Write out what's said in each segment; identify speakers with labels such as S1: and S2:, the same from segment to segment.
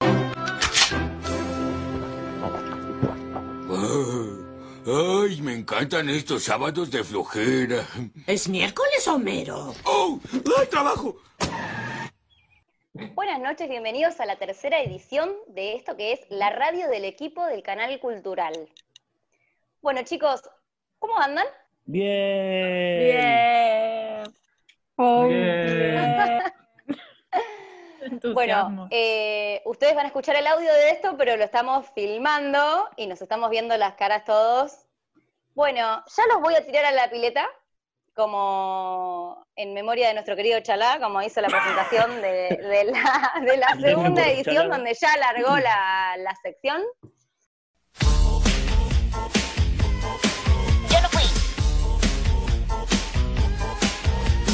S1: Ah, Ay, me encantan estos sábados de flojera.
S2: ¿Es miércoles, Homero?
S1: ¡Oh! ¡Ay, trabajo!
S3: Buenas noches, bienvenidos a la tercera edición de esto que es la radio del equipo del canal cultural. Bueno, chicos, ¿cómo andan?
S4: Bien.
S5: Bien.
S4: Oh,
S5: bien.
S3: Bueno, eh, ustedes van a escuchar el audio de esto, pero lo estamos filmando y nos estamos viendo las caras todos. Bueno, ya los voy a tirar a la pileta, como en memoria de nuestro querido Chalá, como hizo la presentación de, de la, de la
S4: Bien,
S3: segunda
S4: bueno,
S3: edición,
S4: Chalá.
S3: donde ya alargó la, la sección.
S6: Yo no fui.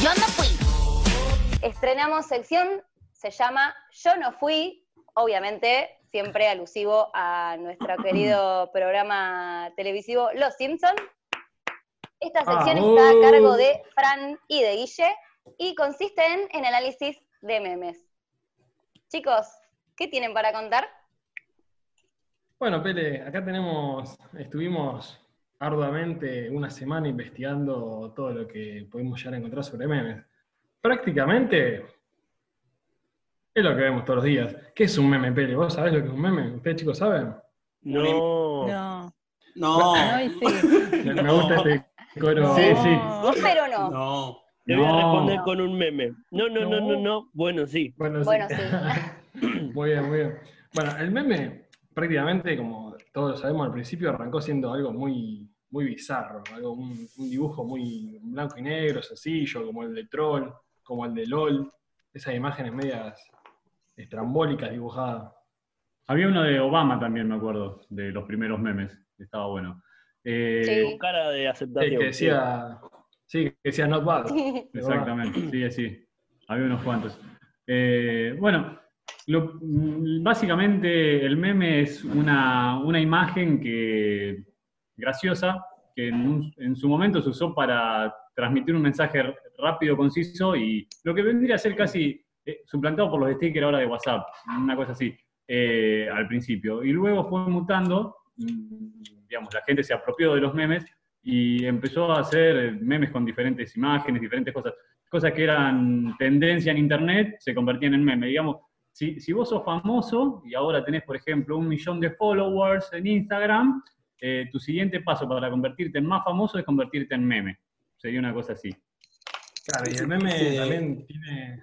S6: Yo no fui.
S3: Estrenamos sección, se llama Yo no fui, obviamente siempre alusivo a nuestro querido programa televisivo Los Simpson. Esta sección está a cargo de Fran y de Guille y consiste en el análisis de memes. Chicos, ¿qué tienen para contar?
S7: Bueno, Pele, acá tenemos, estuvimos arduamente una semana investigando todo lo que pudimos llegar a encontrar sobre memes. Prácticamente es lo que vemos todos los días. ¿Qué es un meme, Pele? ¿Vos sabés lo que es un meme? ¿Ustedes chicos saben?
S4: No.
S5: No.
S8: No,
S5: eh, No, y sí.
S7: Me me gusta este coro.
S4: Sí, sí.
S5: No.
S3: ¿Sí, pero no?
S8: no.
S4: Le voy a
S7: No.
S4: responder con un meme. No, no, no, no,
S7: No.
S4: no. Bueno, sí.
S7: Bueno,
S3: Bueno,
S7: sí. muy bien, muy bien. Bueno, el meme prácticamente, como todos lo sabemos al principio, arrancó siendo algo muy, muy bizarro, algo, un, un dibujo muy blanco y negro, sencillo, como el de Troll, como el de LOL, esas imágenes medias estrambólicas dibujadas.
S9: Había uno de Obama también, me acuerdo, de los primeros memes. Estaba bueno. Eh,
S3: Sí.
S4: Con cara de
S7: Sí,
S4: aceptación.
S7: que decía, sí, que decía not bad. de Obama.
S9: Exactamente, sí, sí. Había unos cuantos. Eh, bueno, lo- mm, básicamente el meme es una, una imagen que graciosa, que en, un- en su momento se usó para transmitir un mensaje r- rápido, conciso y lo que vendría a ser casi eh, suplantado por los stickers ahora de WhatsApp, una cosa así, eh, al principio. Y luego fue mutando, mm, digamos, la gente se apropió de los memes y empezó a hacer eh, memes con diferentes imágenes, diferentes cosas. Cosas que eran tendencia en internet se convertían en meme. Digamos, si, si vos sos famoso y ahora tenés, por ejemplo, un millón de followers en Instagram, eh, tu siguiente paso para convertirte en más famoso es convertirte en meme. Sería una cosa así.
S7: Claro, y el meme
S8: Sí.
S7: también tiene...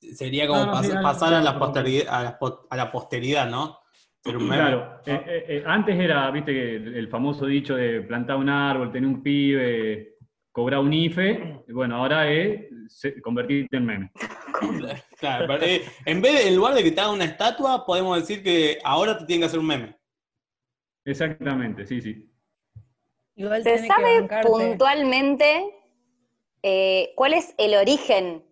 S8: Sería como
S7: No, no,
S8: pas-
S7: sí, dale,
S8: pasar a
S7: dale,
S8: la,
S7: perdón.
S8: posteridad, a, la po- a la posteridad, ¿no? Ser un meme.
S9: Claro, eh, eh, eh, antes era, viste, que el el famoso dicho de plantar un árbol, tener un pibe, cobrar un IFE. Bueno, ahora es se- convertirte en meme.
S8: Claro, pero, eh, en vez de, en lugar de que te haga una estatua, podemos decir que ahora te tienen que hacer un meme.
S9: Exactamente, sí, sí.
S5: Igual
S3: ¿Se
S5: tiene que
S3: sabe
S5: bancarte.
S3: puntualmente eh, cuál es el origen?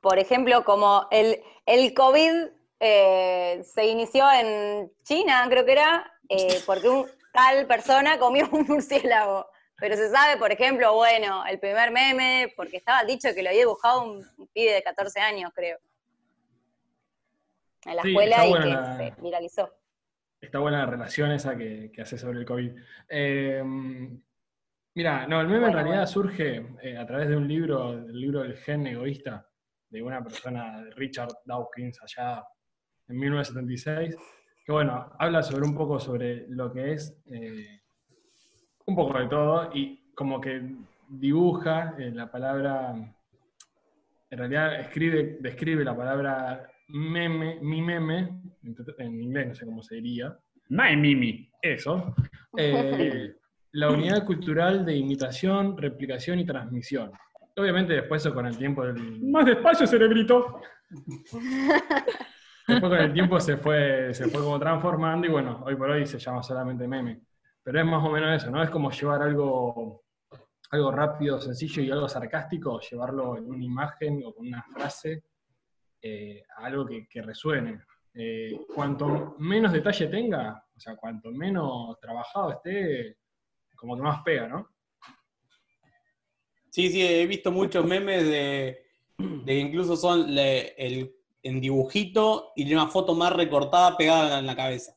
S3: Por ejemplo, como el, el COVID eh, se inició en China, creo que era, eh, porque un tal persona comió un murciélago. Pero se sabe, por ejemplo, bueno, el primer meme, porque estaba dicho que lo había dibujado un un pibe de 14 años, creo. En la
S7: Sí,
S3: escuela
S7: está
S3: y
S7: buena
S3: que
S7: la-
S3: se viralizó.
S7: Está buena la relación esa que, que hace sobre el COVID. Eh, mira, no, el meme en
S3: Bueno,
S7: realidad
S3: bueno.
S7: surge eh, a través de un libro, el libro El gen egoísta, de una persona, de Richard Dawkins, allá en 1976, que bueno, habla sobre un poco sobre lo que es eh, un poco de todo y como que dibuja eh, la palabra, en realidad escribe, describe la palabra meme, mi meme, en inglés no sé cómo se diría,
S9: My Mimi.
S7: eso. Eh, la unidad cultural de imitación, replicación y transmisión. Obviamente después eso con el tiempo del-
S9: Más despacio, cerebrito.
S7: después con el tiempo se fue, se fue como transformando y bueno, hoy por hoy se llama solamente meme. Pero es más o menos eso, ¿no? Es como llevar algo, algo rápido, sencillo y algo sarcástico, llevarlo en una imagen o con una frase eh, a algo que, que resuene. Eh, cuanto menos detalle tenga, o sea, cuanto menos trabajado esté, como que más pega, ¿no?
S8: Sí, sí, he visto muchos memes de, de que incluso son le- el, en dibujito y una foto más recortada pegada en la cabeza.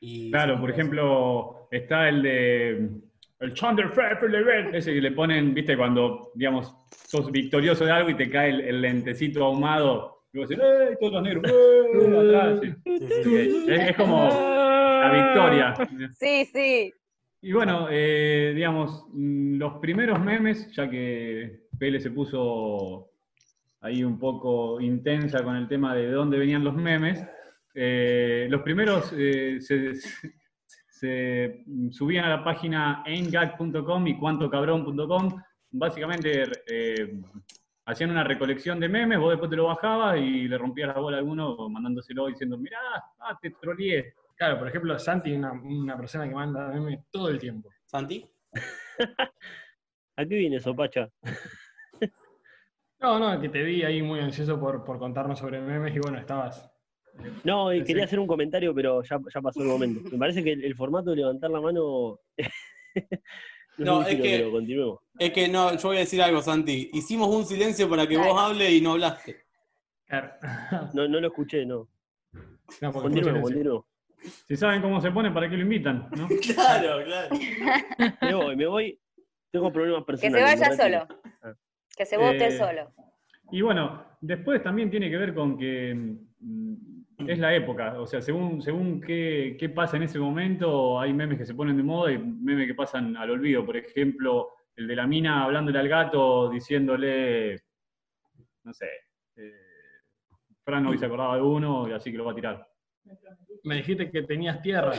S8: Y-
S9: Claro, por ejemplo, Está el de. El Thunder Red, ese que le ponen, viste, cuando, digamos, sos victorioso de algo y te cae el, el lentecito ahumado. Y vos decís, ¡eh! Todos los negros, ¡eh! Atrás, sí. Sí, es, es como la victoria.
S3: Sí, sí.
S9: Y bueno, eh, digamos, mm, los primeros memes, ya que Pele se puso ahí un poco intensa con el tema de dónde venían los memes, eh, los primeros eh, se, se subían a la página aimgag.com y cuantocabrón.com, básicamente eh, hacían una recolección de memes, vos después te lo bajabas y le rompías la bola a alguno mandándoselo diciendo, mirá, ah, te troleé.
S7: Claro, por ejemplo, Santi es una, una persona que manda memes todo el tiempo.
S8: ¿Santi?
S4: ¿A qué viene eso, Pacha?
S7: No, no, que te vi ahí muy ansioso por, por contarnos sobre memes y bueno, estabas.
S4: No, y
S7: Sí.
S4: quería hacer un comentario, pero ya, ya pasó el momento. Me parece que el, el formato de levantar la mano.
S8: No, es que-
S4: Pero continuemos.
S8: Es que no, yo voy a decir algo, Santi. Hicimos un silencio para que vos hables y no hablaste.
S7: Claro.
S4: No, no lo escuché, no.
S7: No, porque fue
S4: Continuemos,
S7: silencio.
S4: continuemos.
S9: Si saben cómo se pone, ¿para qué lo invitan? ¿no?
S8: Claro, claro.
S4: Me voy, me voy. Tengo problemas
S3: Que
S4: personales.
S3: se vaya
S4: me retiro.
S3: solo. Que se vote él
S9: Eh,
S3: solo.
S9: Y bueno, después también tiene que ver con que mm, es la época, o sea, según, según qué, qué pasa en ese momento, hay memes que se ponen de moda y memes que pasan al olvido. Por ejemplo, el de la mina hablándole al gato, diciéndole, no sé, eh, Fran hoy se acordaba de uno y así que lo va a tirar.
S7: Me dijiste que tenías tierra.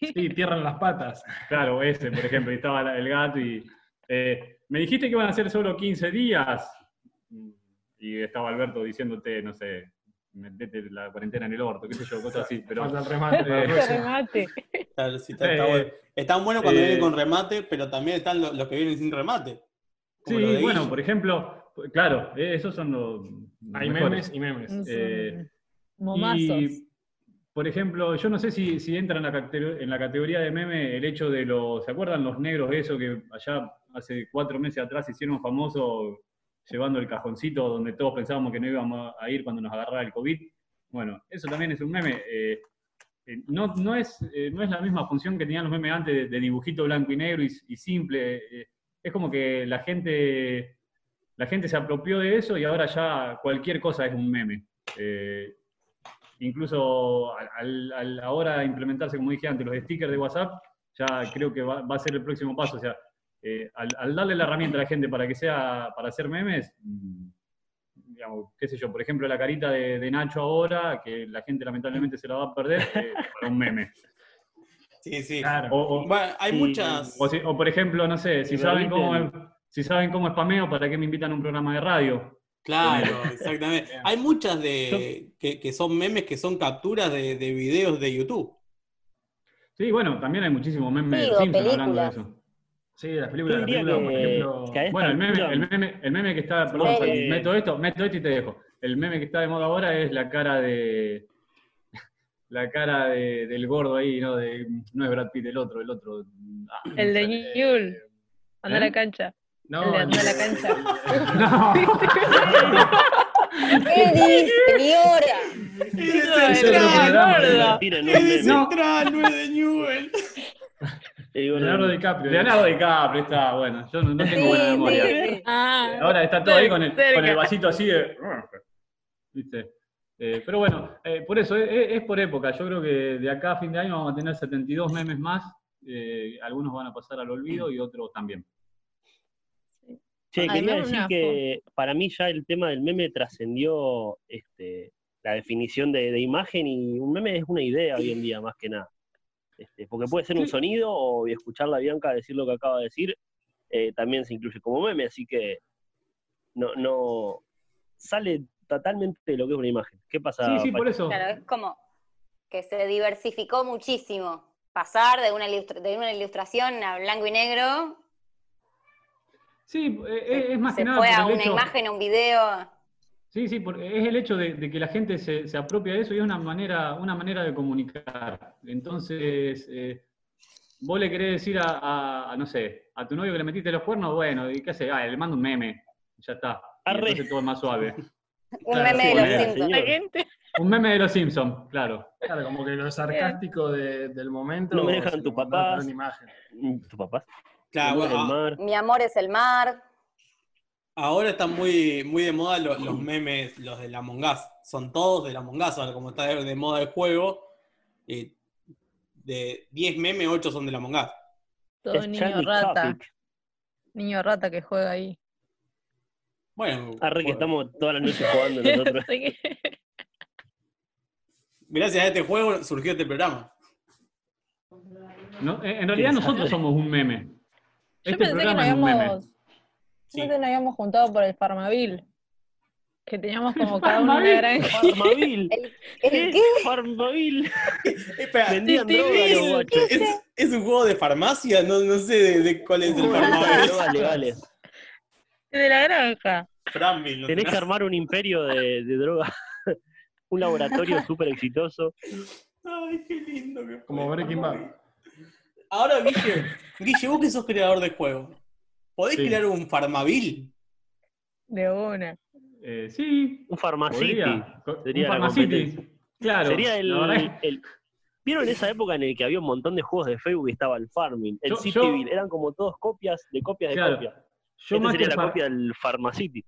S7: Sí, tierra en las patas.
S9: Claro, ese, por ejemplo, y estaba la- el gato y... eh, me dijiste que iban a ser solo 15 días. Y estaba Alberto diciéndote, no sé, metete la cuarentena en el orto, qué sé yo, cosas así. Pero
S7: Falta el remate. para
S9: Eh,
S5: Qué
S7: Rusia.
S5: remate.
S8: Claro, sí, está, está
S9: Eh,
S8: bueno. Están buenos cuando
S9: eh.
S8: vienen con remate, pero también están lo- los, que vienen sin remate. Como lo
S9: sí,
S8: de
S9: bueno,
S8: Guille.
S9: por ejemplo, claro, eh, esos son los... los
S7: Hay memes
S9: mejores.
S7: y memes.
S4: Mm.
S5: Son
S9: Eh,
S5: momazos.
S9: Y, por ejemplo, yo no sé si, si entra en la, catego- en la categoría de meme el hecho de los. ¿Se acuerdan los negros de eso que allá hace cuatro meses atrás se hicieron famosos llevando el cajoncito donde todos pensábamos que no íbamos a ir cuando nos agarrara el COVID? Bueno, eso también es un meme. eh, eh, no, no, es, eh, no es la misma función que tenían los memes antes de, de dibujito blanco y negro y, y simple. eh, es como que la gente, la gente se apropió de eso y ahora ya cualquier cosa es un meme. Eh, incluso al- al, al ahora implementarse, como dije antes, los stickers de WhatsApp, ya creo que va, va a ser el próximo paso. O sea, eh, al, al darle la herramienta a la gente para que sea, para hacer memes, mm, digamos, qué sé yo, por ejemplo, la carita de, de Nacho ahora, que la gente lamentablemente se la va a perder, eh, para un meme.
S8: Sí, sí.
S9: Ah,
S7: Claro.
S9: O, o-
S8: Bueno, hay
S9: y-
S8: muchas.
S9: O, si- o, por ejemplo, no sé, si
S4: Y
S9: saben,
S4: Raúl
S9: cómo, si saben cómo spameo, ¿para qué me invitan a un programa de radio?
S8: Claro, exactamente. Hay muchas de que, que son memes que son capturas de, de videos de YouTube.
S9: Sí, bueno, también hay muchísimos memes de
S3: Sí,
S9: los
S3: o
S9: Simpsons hablando de
S3: películas.
S9: eso.
S7: Sí, las películas,
S4: Yo
S7: las
S4: diría
S7: películas, por
S4: que-
S7: ejemplo.
S4: que a esta
S9: Bueno, el meme,
S4: altura-
S9: el, meme, el meme que está, perdón,
S3: Sí.
S9: Santi, meto esto, meto esto y te dejo. El meme que está de moda ahora es la cara de la cara de- del gordo ahí, no, de, no es Brad Pitt, el otro, el otro. Ah,
S5: El de
S7: Eh,
S5: Yul. Anda a
S9: ¿Eh?
S5: la cancha.
S7: No,
S5: El de
S7: el
S5: andar a la
S7: de-
S5: cancha.
S9: No,
S3: ¿Qué dice, señora?
S5: Ese
S7: otro
S5: era
S7: programa,
S5: gordo.
S4: Tira en un
S8: ¡Es de
S4: meme.
S8: Central, no es de Newell!
S4: Te digo, no,
S7: Leonardo
S4: no.
S7: DiCaprio.
S9: Leonardo DiCaprio eh. está, bueno, yo no, no tengo buena
S3: Sí,
S9: memoria.
S3: sí, sí.
S5: Ah,
S9: Ahora está todo ahí con el,
S5: Cerca.
S9: con el vasito así de. ¿Viste? Eh, pero bueno, eh, por eso, eh, es por época. Yo creo que de acá a fin de año vamos a tener 72 memes más. eh, algunos van a pasar al olvido y otros también.
S4: Che,
S5: Además,
S4: quería decir
S5: una
S4: que para mí ya el tema del meme trascendió este, la definición de, de imagen y un meme es una idea hoy en día más que nada. Este, porque puede ser un sonido o escuchar a Bianca decir lo que acaba de decir eh, también se incluye como meme, así que no, no sale totalmente de lo que es una imagen. ¿Qué pasa?
S9: Sí, sí,
S4: Pachi?
S9: por eso.
S3: Claro, es como que se diversificó muchísimo. Pasar de una, ilustra- de una ilustración a blanco y negro,
S9: Sí, eh, eh, es más
S3: se
S9: que nada.
S3: fue
S9: por
S3: a
S9: el
S3: una
S9: hecho-
S3: imagen, a un video.
S9: Sí, sí, porque es el hecho de, de que la gente se, se apropia de eso y es una manera, una manera de comunicar. Entonces, eh, vos le querés decir a, a- a, no sé, a tu novio que le metiste los cuernos, bueno, ¿y qué hace? Ah, le mando un meme, ya está. Y
S4: Arre.
S9: entonces todo es más suave.
S3: Un
S7: Claro,
S3: meme
S7: sí,
S3: de los
S4: bueno,
S3: Simpsons.
S5: la
S4: señor.
S5: gente.
S9: Un meme de los Simpsons, claro.
S7: Claro, como que lo sarcástico de- del momento.
S4: No me dejan
S7: se
S4: tus
S7: lo mandaron
S4: papás.
S7: en imagen.
S4: ¿Tu papá?
S8: Claro,
S4: el
S8: bueno,
S4: mar.
S3: Mi amor es el mar.
S8: Ahora están muy, muy de moda lo- los, memes, los de la Among Us. Son todos de la Among Us, ahora como está de, de moda el juego. eh, de 10 memes, 8 son de la Among Us.
S5: Todo
S4: Es
S5: niño
S4: Chandy
S5: rata.
S4: Topic.
S5: Niño rata que juega ahí.
S8: Bueno,
S4: Arre que
S8: por-
S4: Ah, estamos toda la noche jugando nosotros.
S5: Así que-
S8: gracias a este juego surgió este programa.
S9: No, eh, en realidad nosotros somos un meme.
S5: Yo
S9: Este
S5: pensé que nos
S9: programa es un meme.
S5: habíamos,
S8: Sí.
S5: no nos habíamos juntado por el Farmaville. Que teníamos como cada uno una
S9: Farmaville.
S5: granja.
S4: Farmaville.
S3: ¿El qué?
S4: Farmaville.
S8: Eh, Espera,
S4: Vendían
S5: Sí, sí,
S4: droga los
S5: sí.
S4: guachos.
S8: ¿es, es un juego de farmacia? No, no sé de, de cuál es el farmacia.
S4: Vale, vale.
S5: De la granja.
S8: Frambil, no
S4: Tenés que
S8: tenés-
S4: armar un imperio de, de droga. Un laboratorio súper exitoso.
S8: Ay, qué lindo que fue.
S7: Como Breaking Bad.
S8: Ahora, Guille, Guille, vos que sos creador de juegos, ¿podés
S9: Sí.
S8: crear un Farmaville?
S5: De una.
S9: Eh, sí,
S4: Un farmacity.
S9: podría. Co-
S4: sería
S9: un
S4: la
S9: Farmacity. Claro.
S4: Sería el,
S9: la verdad es-
S4: el- ¿Vieron esa época en el que había un montón de juegos de Facebook y estaba el Farming, el
S9: Yo-
S4: Cityville?
S9: yo-
S4: Eran como todos copias de copias de
S9: Claro.
S4: copias.
S9: Yo
S4: Esta
S9: más
S4: sería
S9: que,
S4: la
S9: far-
S4: copia del Farmacity.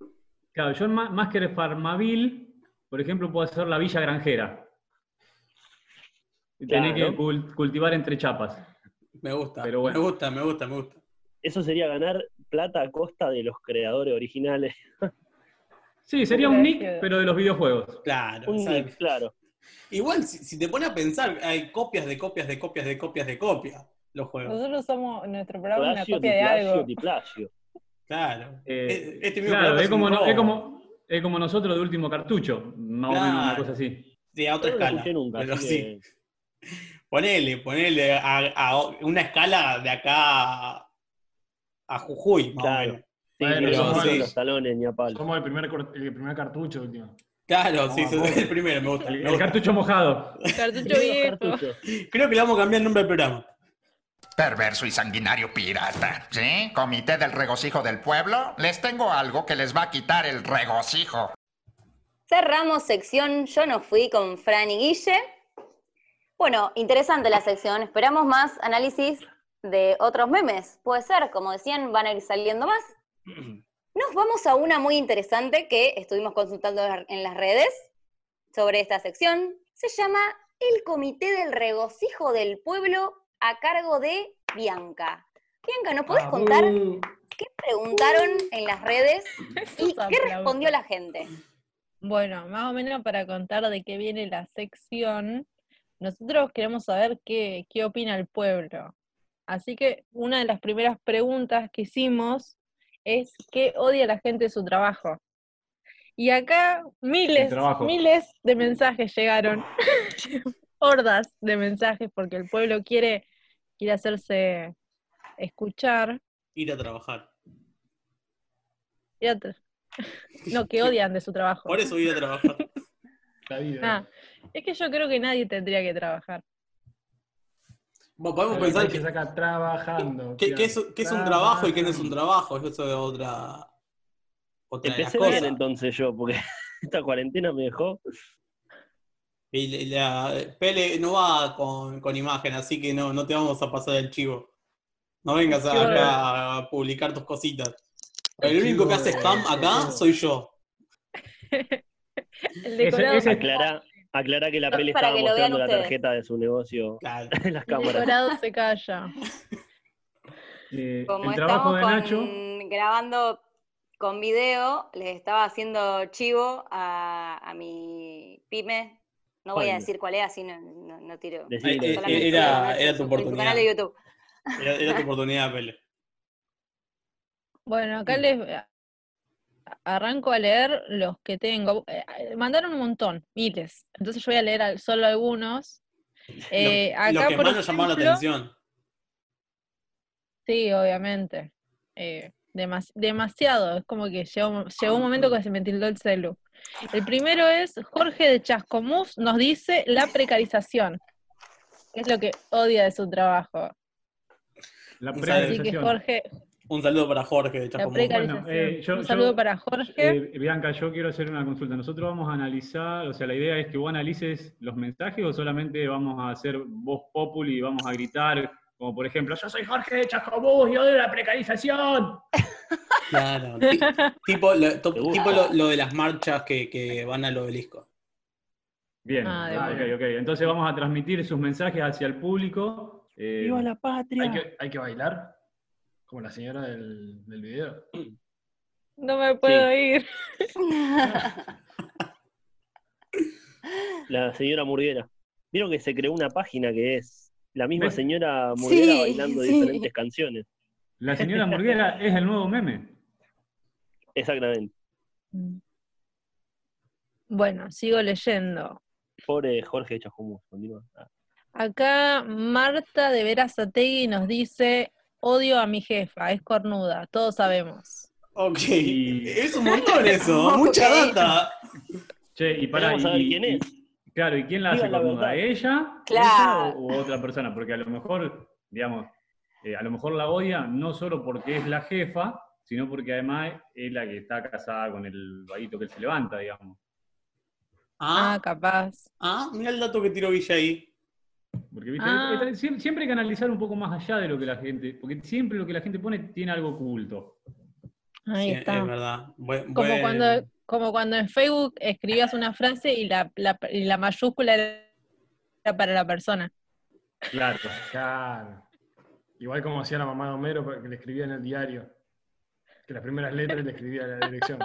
S9: claro, yo ma- más que el Farmaville, por ejemplo, puedo hacer la Villa Granjera. Y Tenés
S4: Claro.
S9: que cul- cultivar entre chapas.
S8: Me gusta,
S9: Pero bueno.
S8: me gusta, me gusta, me gusta.
S4: Eso sería ganar plata a costa de los creadores originales.
S9: Sí, sería un nick, pero de los videojuegos.
S8: Claro,
S4: Un
S8: o sea,
S4: nick, claro.
S8: igual si, si te pones a pensar, hay copias de copias de copias de copias de copias los juegos.
S5: Nosotros somos nuestro programa una
S4: Plasio,
S5: copia de
S4: Tiplacio,
S5: algo.
S4: Tiplacio.
S8: Claro.
S9: Eh,
S8: E- este mismo
S9: claro,
S8: programa
S9: es
S8: un
S9: como, no-
S8: robo.
S9: es, como, es como nosotros de último cartucho, más o menos una
S8: Claro.
S9: cosa así.
S8: Sí, a
S4: No
S8: otra
S4: lo
S8: escala.
S4: escuché nunca.
S8: pero
S4: así
S8: sí.
S4: que-
S8: Ponele, ponele a, a una escala de acá a- a Jujuy, más
S4: Claro.
S8: o menos.
S4: Sí,
S7: Bueno,
S4: no
S8: yo
S4: somos
S8: sí.
S4: los talones ni a palo.
S7: Somos el primer, cor- el primer cartucho último.
S8: Claro,
S4: Ah,
S8: sí,
S7: Vamos,
S8: sos
S7: vamos.
S8: el primero, me gusta.
S9: El,
S8: me
S9: el
S8: gusta.
S9: cartucho mojado.
S5: Cartucho viejo.
S4: Cartucho.
S8: Creo que le vamos a cambiar el nombre al programa.
S10: Perverso y sanguinario pirata. ¿Sí? Comité del regocijo del pueblo. Les tengo algo que les va a quitar el regocijo.
S3: Cerramos sección Yo no fui con Fran y Guille. Bueno, interesante la sección. Esperamos más análisis de otros memes. Puede ser, como decían, van a ir saliendo más. Nos vamos a una muy interesante que estuvimos consultando en las redes sobre esta sección. Se llama El Comité del Regocijo del Pueblo a cargo de Bianca. Bianca, ¿nos podés contar
S7: Uh,
S3: qué preguntaron en las redes
S5: Esos
S3: y qué
S5: aplausos.
S3: respondió la gente?
S5: Bueno, más o menos para contar de qué viene la sección, nosotros queremos saber qué, qué opina el pueblo. Así que una de las primeras preguntas que hicimos es qué odia la gente de su trabajo. Y acá miles,
S9: trabajo.
S5: miles de mensajes llegaron, hordas de mensajes, porque el pueblo quiere, quiere hacerse escuchar.
S8: Ir a trabajar.
S5: Y otra- No, que odian de su trabajo.
S8: Por eso ir a trabajar.
S7: la vida.
S5: Ah, es que yo creo que nadie tendría que trabajar.
S8: Bueno, podemos
S7: Pero
S8: pensar
S7: hay
S8: que,
S7: que saca trabajando.
S8: que-
S7: claro.
S8: que es, que es un trabajo y que no es un trabajo. Eso es otra, otra de las
S4: Empecé
S8: cosas.
S4: bien entonces yo, porque esta cuarentena me dejó.
S8: Y la, la- Pele no va con, con imagen, así que no, no te vamos a pasar el chivo. No vengas
S5: Chivo de-
S8: acá a publicar tus cositas. El,
S7: El
S8: único
S7: chivo
S8: que hace
S7: de-
S8: spam acá
S7: de-
S8: soy yo.
S5: El
S9: Ese-
S5: decorado,
S9: ese-
S4: Aclará, aclará que la
S3: Para
S4: peli
S3: que
S4: estaba
S3: lo
S4: mostrando
S3: vean
S4: la
S3: ustedes.
S4: tarjeta de su negocio
S8: Claro.
S4: en las
S5: el
S4: cámaras.
S5: decorado se calla.
S9: Eh,
S3: Como
S9: el
S3: estamos
S9: trabajo de
S3: con-
S9: Nacho.
S3: grabando con video, les estaba haciendo chivo a, a mi pyme. No voy a
S9: Pyme.
S3: decir cuál es, así no, no, no tiro.
S4: Decí-
S8: Eh, eh,
S3: Solamente
S8: era-
S3: digo, Nacho,
S8: era tu
S3: en
S8: oportunidad.
S3: canal de YouTube.
S8: Era, era tu oportunidad, Pele.
S5: Bueno, acá les arranco a leer los que tengo. Eh, eh, Mandaron un montón, miles. Entonces yo voy a leer al- solo algunos. Eh,
S8: Lo-
S5: acá,
S8: los que
S5: por
S8: más nos llamaron
S5: ejemplo-
S8: la atención.
S5: Sí, obviamente. Eh, demas- demasiado. Es como que llegó, un- llegó un momento que se me tildó el celu. El primero es Jorge de Chascomús nos dice la precarización. que Es lo que odia de su trabajo.
S9: La
S5: Así que
S8: Así
S9: precarización.
S5: Jorge,
S8: Un saludo para Jorge de
S5: La
S8: Chacomú.
S5: precarización.
S9: eh, yo-
S5: Un saludo
S9: yo-
S5: para Jorge.
S9: Eh, Bianca, yo quiero hacer una consulta. Nosotros vamos a analizar, o sea, la idea es que vos analices los mensajes o solamente vamos a hacer voz populi y vamos a gritar, como por ejemplo, yo soy Jorge de Chascomús y odio la precarización.
S8: Claro. ti- tipo lo, to-
S4: Me gusta.
S8: tipo lo, lo de las marchas que, que van al obelisco.
S9: Bien,
S5: Ah, de
S9: ah, ok,
S7: buena.
S9: ok. Entonces vamos a transmitir sus mensajes hacia el público. eh,
S4: ¡Viva la patria!
S7: ¿Hay que, hay que bailar? Como la señora del, del video.
S5: No me puedo
S4: Sí.
S5: ir.
S4: La señora Murguera. Vieron que se creó una página que es la misma
S9: ¿Ves?
S4: señora Murguera
S3: Sí,
S4: bailando
S3: sí.
S4: diferentes canciones.
S9: La señora Murguera es el nuevo meme.
S4: Exactamente.
S5: Bueno, sigo leyendo.
S4: Pobre Jorge Chajumú. Continúa. Ah,
S5: Acá Marta de Verazategui nos dice, odio a mi jefa, es cornuda, todos sabemos.
S8: Ok.
S9: Y-
S8: Es un montón eso. mucha data.
S9: Che, y para
S4: Queremos saber quién es.
S9: Claro, ¿y quién la hace
S4: Digan la
S9: cornuda?
S4: verdad.
S9: ¿Ella?
S3: Claro.
S9: ¿Ella o- u otra persona? Porque a lo mejor, digamos, eh, a lo mejor la odia no solo porque es la jefa, sino porque además es la que está casada con el vaguito que él se levanta, digamos.
S5: Ah,
S8: Ah,
S5: capaz.
S8: ah, mira el dato que tiró Villa ahí.
S9: Porque ¿viste?
S5: Ah.
S9: Esta- siem- siempre, hay que analizar un poco más allá de lo que la gente, porque siempre lo que la gente pone tiene algo oculto.
S5: Ahí
S8: Sí,
S5: está.
S8: Es verdad. Buen-
S5: Como
S8: buen-
S5: cuando, como cuando en Facebook escribías una frase y la, la- y la mayúscula era para la persona.
S9: Claro.
S7: Claro. Igual como hacía la mamá de Homero, pero que le escribía en el diario. Que las primeras letras le escribía la dirección.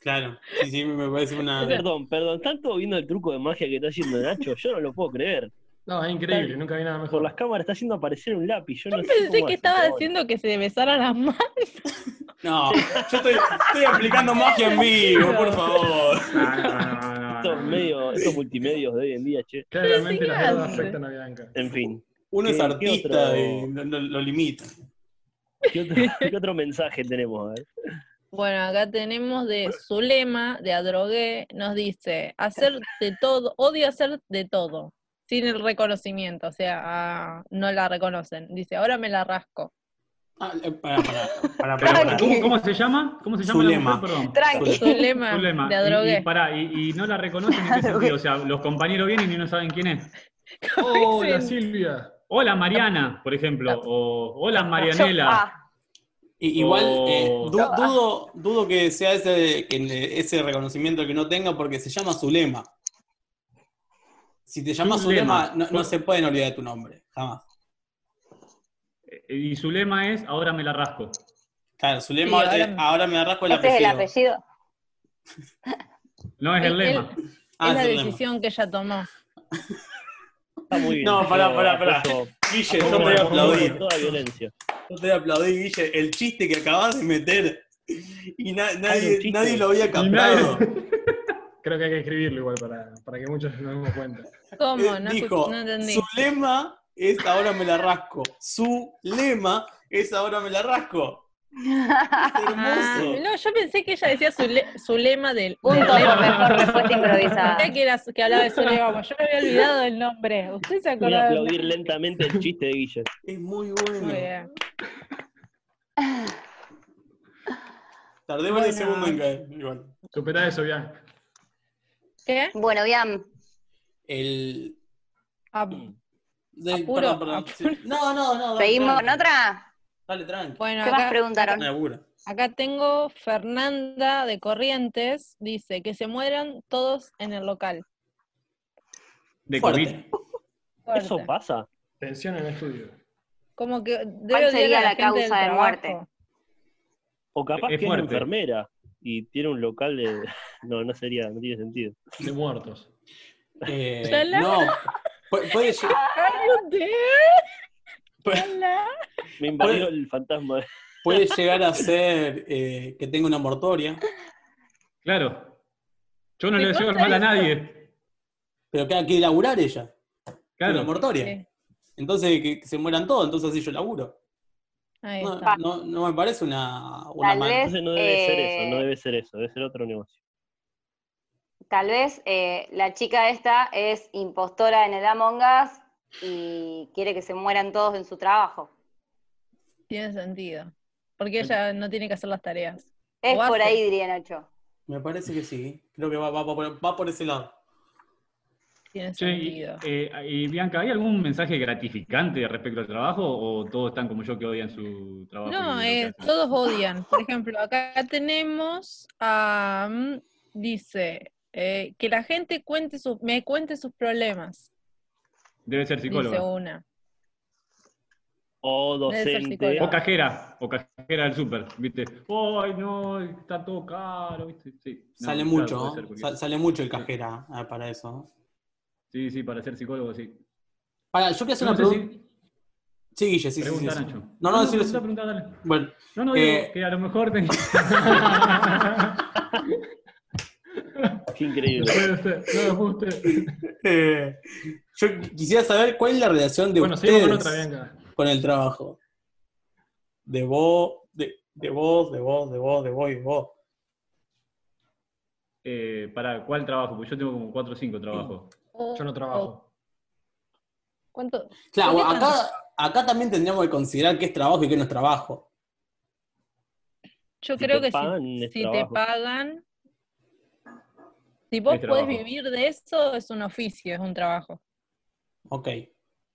S8: Claro. Sí, sí, me parece una.
S4: Perdón, perdón. ¿Están todos viendo el truco de magia que está haciendo Nacho? Yo no lo puedo creer.
S7: No, es increíble, nunca vi nada
S4: Por
S7: mejor.
S4: las cámaras está haciendo aparecer un lápiz. Yo, no
S5: Yo
S4: sé
S5: pensé
S4: cómo hace,
S5: que estaba
S4: pero bueno.
S5: diciendo que se besaran las manos.
S8: No, yo estoy, estoy aplicando magia en vivo, por favor.
S9: Ah, no, no, no, no,
S4: Estos,
S9: no.
S4: medios, estos multimedios de hoy en día, che.
S7: Claramente las
S5: Pero
S7: drogas
S5: sí,
S7: afectan a Bianca.
S4: En fin.
S8: Uno es
S4: ¿Qué- qué
S8: artista
S4: otro?
S8: y no- no- lo limita.
S4: ¿Qué otro, qué otro mensaje tenemos? A ver.
S5: Bueno, acá tenemos de Zulema, de Adrogué, nos dice, hacer de todo, odio hacer de todo, sin el reconocimiento, o sea, ah, no la reconocen. Dice, ahora me la rasco.
S8: Ah, eh, pará, pará, pará,
S9: Pero,
S8: pará, pará.
S9: ¿cómo, cómo se llama? ¿Cómo se llama la
S8: Zulema.
S9: mujer? Perdón.
S3: Tranqui.
S5: Zulema,
S9: Zulema.
S5: de
S9: Y,
S5: Adrogué.
S9: y pará, y, y no la reconocen en qué sentido. O sea, los compañeros vienen y no saben quién es.
S7: ¡Hola, Silvia!
S9: Hola
S5: Ah,
S9: Mariana, por ejemplo. O hola
S3: Yo-
S9: Marianela.
S3: ah,
S8: I- Igual eh,
S9: Oh.
S5: ah.
S8: du- dudo, dudo que sea ese, que le- ese reconocimiento que no tenga porque se llama Zulema. Si te llamas
S9: Zulema.
S8: Zulema, no, no se pueden olvidar de tu nombre, jamás.
S9: Eh, Y su lema es ahora me la rasco.
S8: Claro, Zulema,
S5: Sí, ahora- este
S8: eh, ahora me arrasco el
S3: Ese es el
S8: apellido.
S3: apellido.
S9: No es el
S5: Él-
S9: lema.
S8: Ah,
S5: es la
S8: Zulema.
S5: decisión que ella tomó.
S4: Está muy bien.
S8: No, pará,
S4: Yo
S8: pará, pará.
S4: apoyo-
S8: Guille, yo te
S4: apoyo
S8: voy a
S4: con toda-
S8: aplaudir.
S4: toda violencia.
S8: Yo te voy a aplaudir, Guille. El chiste que acabas de meter. Y na-
S4: un
S8: nadie,
S4: chiste.
S8: nadie lo había
S7: Y nadie-
S8: captado.
S7: Creo que hay que escribirlo igual para, para que muchos nos demos cuenta.
S5: ¿Cómo?
S8: Eh,
S5: No, escu-
S8: Dijo,
S5: no entendí.
S8: su lema es ahora me la rasco. Su lema es ahora me la rasco. Es
S5: Ah,
S8: hermoso.
S5: no, yo pensé que ella decía su, le- su lema del...
S3: Punto
S5: del
S3: por
S5: lema.
S3: mejor respuesta improvisada.
S5: Sabía que, era, que hablaba de su lema, pues yo me había olvidado el nombre. ¿Usted se
S4: Voy a
S5: acordaba? del
S4: aplaudir lentamente el chiste de Guille.
S8: Es muy
S5: nombre?
S8: bueno.
S5: Muy bien.
S8: Tardé varios segundos en caer. Igual.
S7: Superá eso, Bianca.
S5: ¿Qué?
S3: Bueno, bien.
S8: El.
S5: Ah,
S8: de-
S5: Apuro,
S8: perdón, perdón.
S5: apuro.
S8: Sí. No, no, no. Dale,
S3: ¿Seguimos con
S8: tranqui.
S3: otra?
S8: Dale, tranqui.
S5: Bueno,
S3: ¿Qué más
S5: acá,
S8: No
S3: preguntaron?
S8: me apuro.
S5: acá tengo Fernanda de Corrientes, dice que se mueran todos en el local.
S9: De COVID.
S8: Fuerte.
S5: Fuerte.
S4: Eso pasa.
S7: Tensión en el estudio.
S5: Como que debe
S3: ¿Cuál
S5: odiar
S3: sería
S5: a
S3: la
S5: gente
S3: causa de
S5: del trabajo.
S3: muerte?
S4: O capaz
S9: Es
S4: que es
S9: fuerte.
S4: enfermera y tiene un local de. No, no sería, no tiene sentido.
S7: De muertos.
S8: Eh,
S5: Dale.
S8: no. Pu- puede lle- pu-
S5: Hola.
S4: Me invadió el fantasma.
S8: puede llegar a ser eh, que tenga una mortoria.
S9: Claro. Yo no
S5: ¿Te
S9: le deseo el
S5: consta
S9: mal a
S5: eso?
S9: nadie.
S8: Pero que hay que laburar ella. Una
S9: Claro.
S8: mortoria.
S5: Sí,
S8: Entonces que, que se mueran todos, entonces así yo laburo.
S5: ahí
S8: No,
S5: está.
S8: no, no me parece una, una
S3: Tal
S8: mal-
S3: vez-
S4: Entonces no debe ser
S3: Eh,
S4: eso, no debe ser eso, debe ser otro negocio.
S3: Tal vez eh, la chica esta es impostora en el Among Us y quiere que se mueran todos en su trabajo.
S5: Tiene sentido. Porque ella no tiene que hacer las tareas.
S3: Es
S5: O
S3: por
S5: hace.
S3: ahí, diría Nacho.
S8: Me parece que sí. Creo que va, va- va por, va por ese lado.
S5: Tiene
S9: Che, y,
S5: sentido.
S9: eh, y Bianca, ¿hay algún mensaje gratificante respecto al trabajo o todos están como yo que odian su trabajo? y lo
S5: No,
S9: que
S5: eh,
S9: hacen?
S5: todos odian. Por ejemplo, acá tenemos a, mm, dice, eh, que la gente cuente su- me cuente sus problemas,
S9: Debe ser
S5: dice
S9: psicólogo.
S5: una.
S4: O
S5: Debe ser
S4: docente.
S5: psicólogo.
S9: O cajera, o cajera del súper, ¿viste? Ay, no, está todo caro, ¿viste? Sí, no,
S8: sale
S9: claro,
S8: mucho,
S9: puede
S8: ¿no?
S9: ser cualquier-
S8: Sal- sale mucho el cajera ah, para eso. ¿no?
S9: Sí, sí, para ser psicólogo, sí.
S8: Para, yo quería hacer
S9: No
S8: una
S9: sé si-
S8: pregunta. Sí, Guille, sí, sí, sí,
S9: Pregunta,
S8: sí.
S9: Nacho. Ah,
S8: No, no, decilo,
S9: pregunta,
S8: sí.
S9: pregunta, dale.
S8: Bueno,
S9: No, no,
S8: Eh,
S9: digo que a lo mejor tenía...
S4: Qué increíble.
S9: no, fue usted.
S8: eh, yo quisiera saber cuál es la relación de
S7: Bueno, seguimos
S8: ustedes
S7: con
S8: con,
S7: otra, Bianca.
S8: el trabajo. De vos, de, de vos, de vos, de vos, de vos y de vos.
S9: Eh, para, ¿cuál trabajo? Porque yo tengo como 4 o 5 trabajos.
S7: Yo no
S5: Oh,
S7: trabajo.
S5: ¿Cuánto?
S8: Claro,
S5: ¿Por qué
S8: acá, acá también tendríamos que considerar qué es trabajo y qué no es trabajo.
S5: Yo
S4: Si
S5: creo
S4: te
S5: que si-
S4: pagan,
S5: si,
S4: es
S5: te
S4: trabajo.
S5: pagan, si vos podés
S9: Es trabajo.
S5: vivir de eso, es un oficio, es un trabajo.
S8: Ok,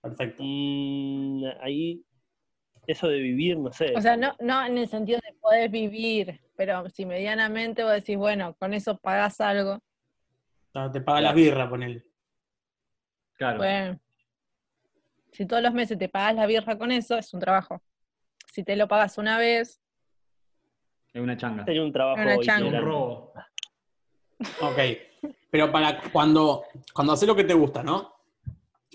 S8: perfecto.
S4: Mm, ahí, eso de vivir, no sé.
S5: O sea, no, no en el sentido de poder vivir, pero si medianamente vos decís, bueno, con eso pagás algo,
S8: Ah, Te paga las birras, ponele.
S9: Claro.
S5: bueno. Pues, Si todos los meses te pagás la birra con eso, es un trabajo. Si te lo pagas una vez,
S9: Es una changa.
S4: Tenía un trabajo
S5: Una changa.
S7: Un
S4: itinerante.
S7: robo.
S8: Ok, pero para cuando, cuando haces lo que te gusta, ¿no?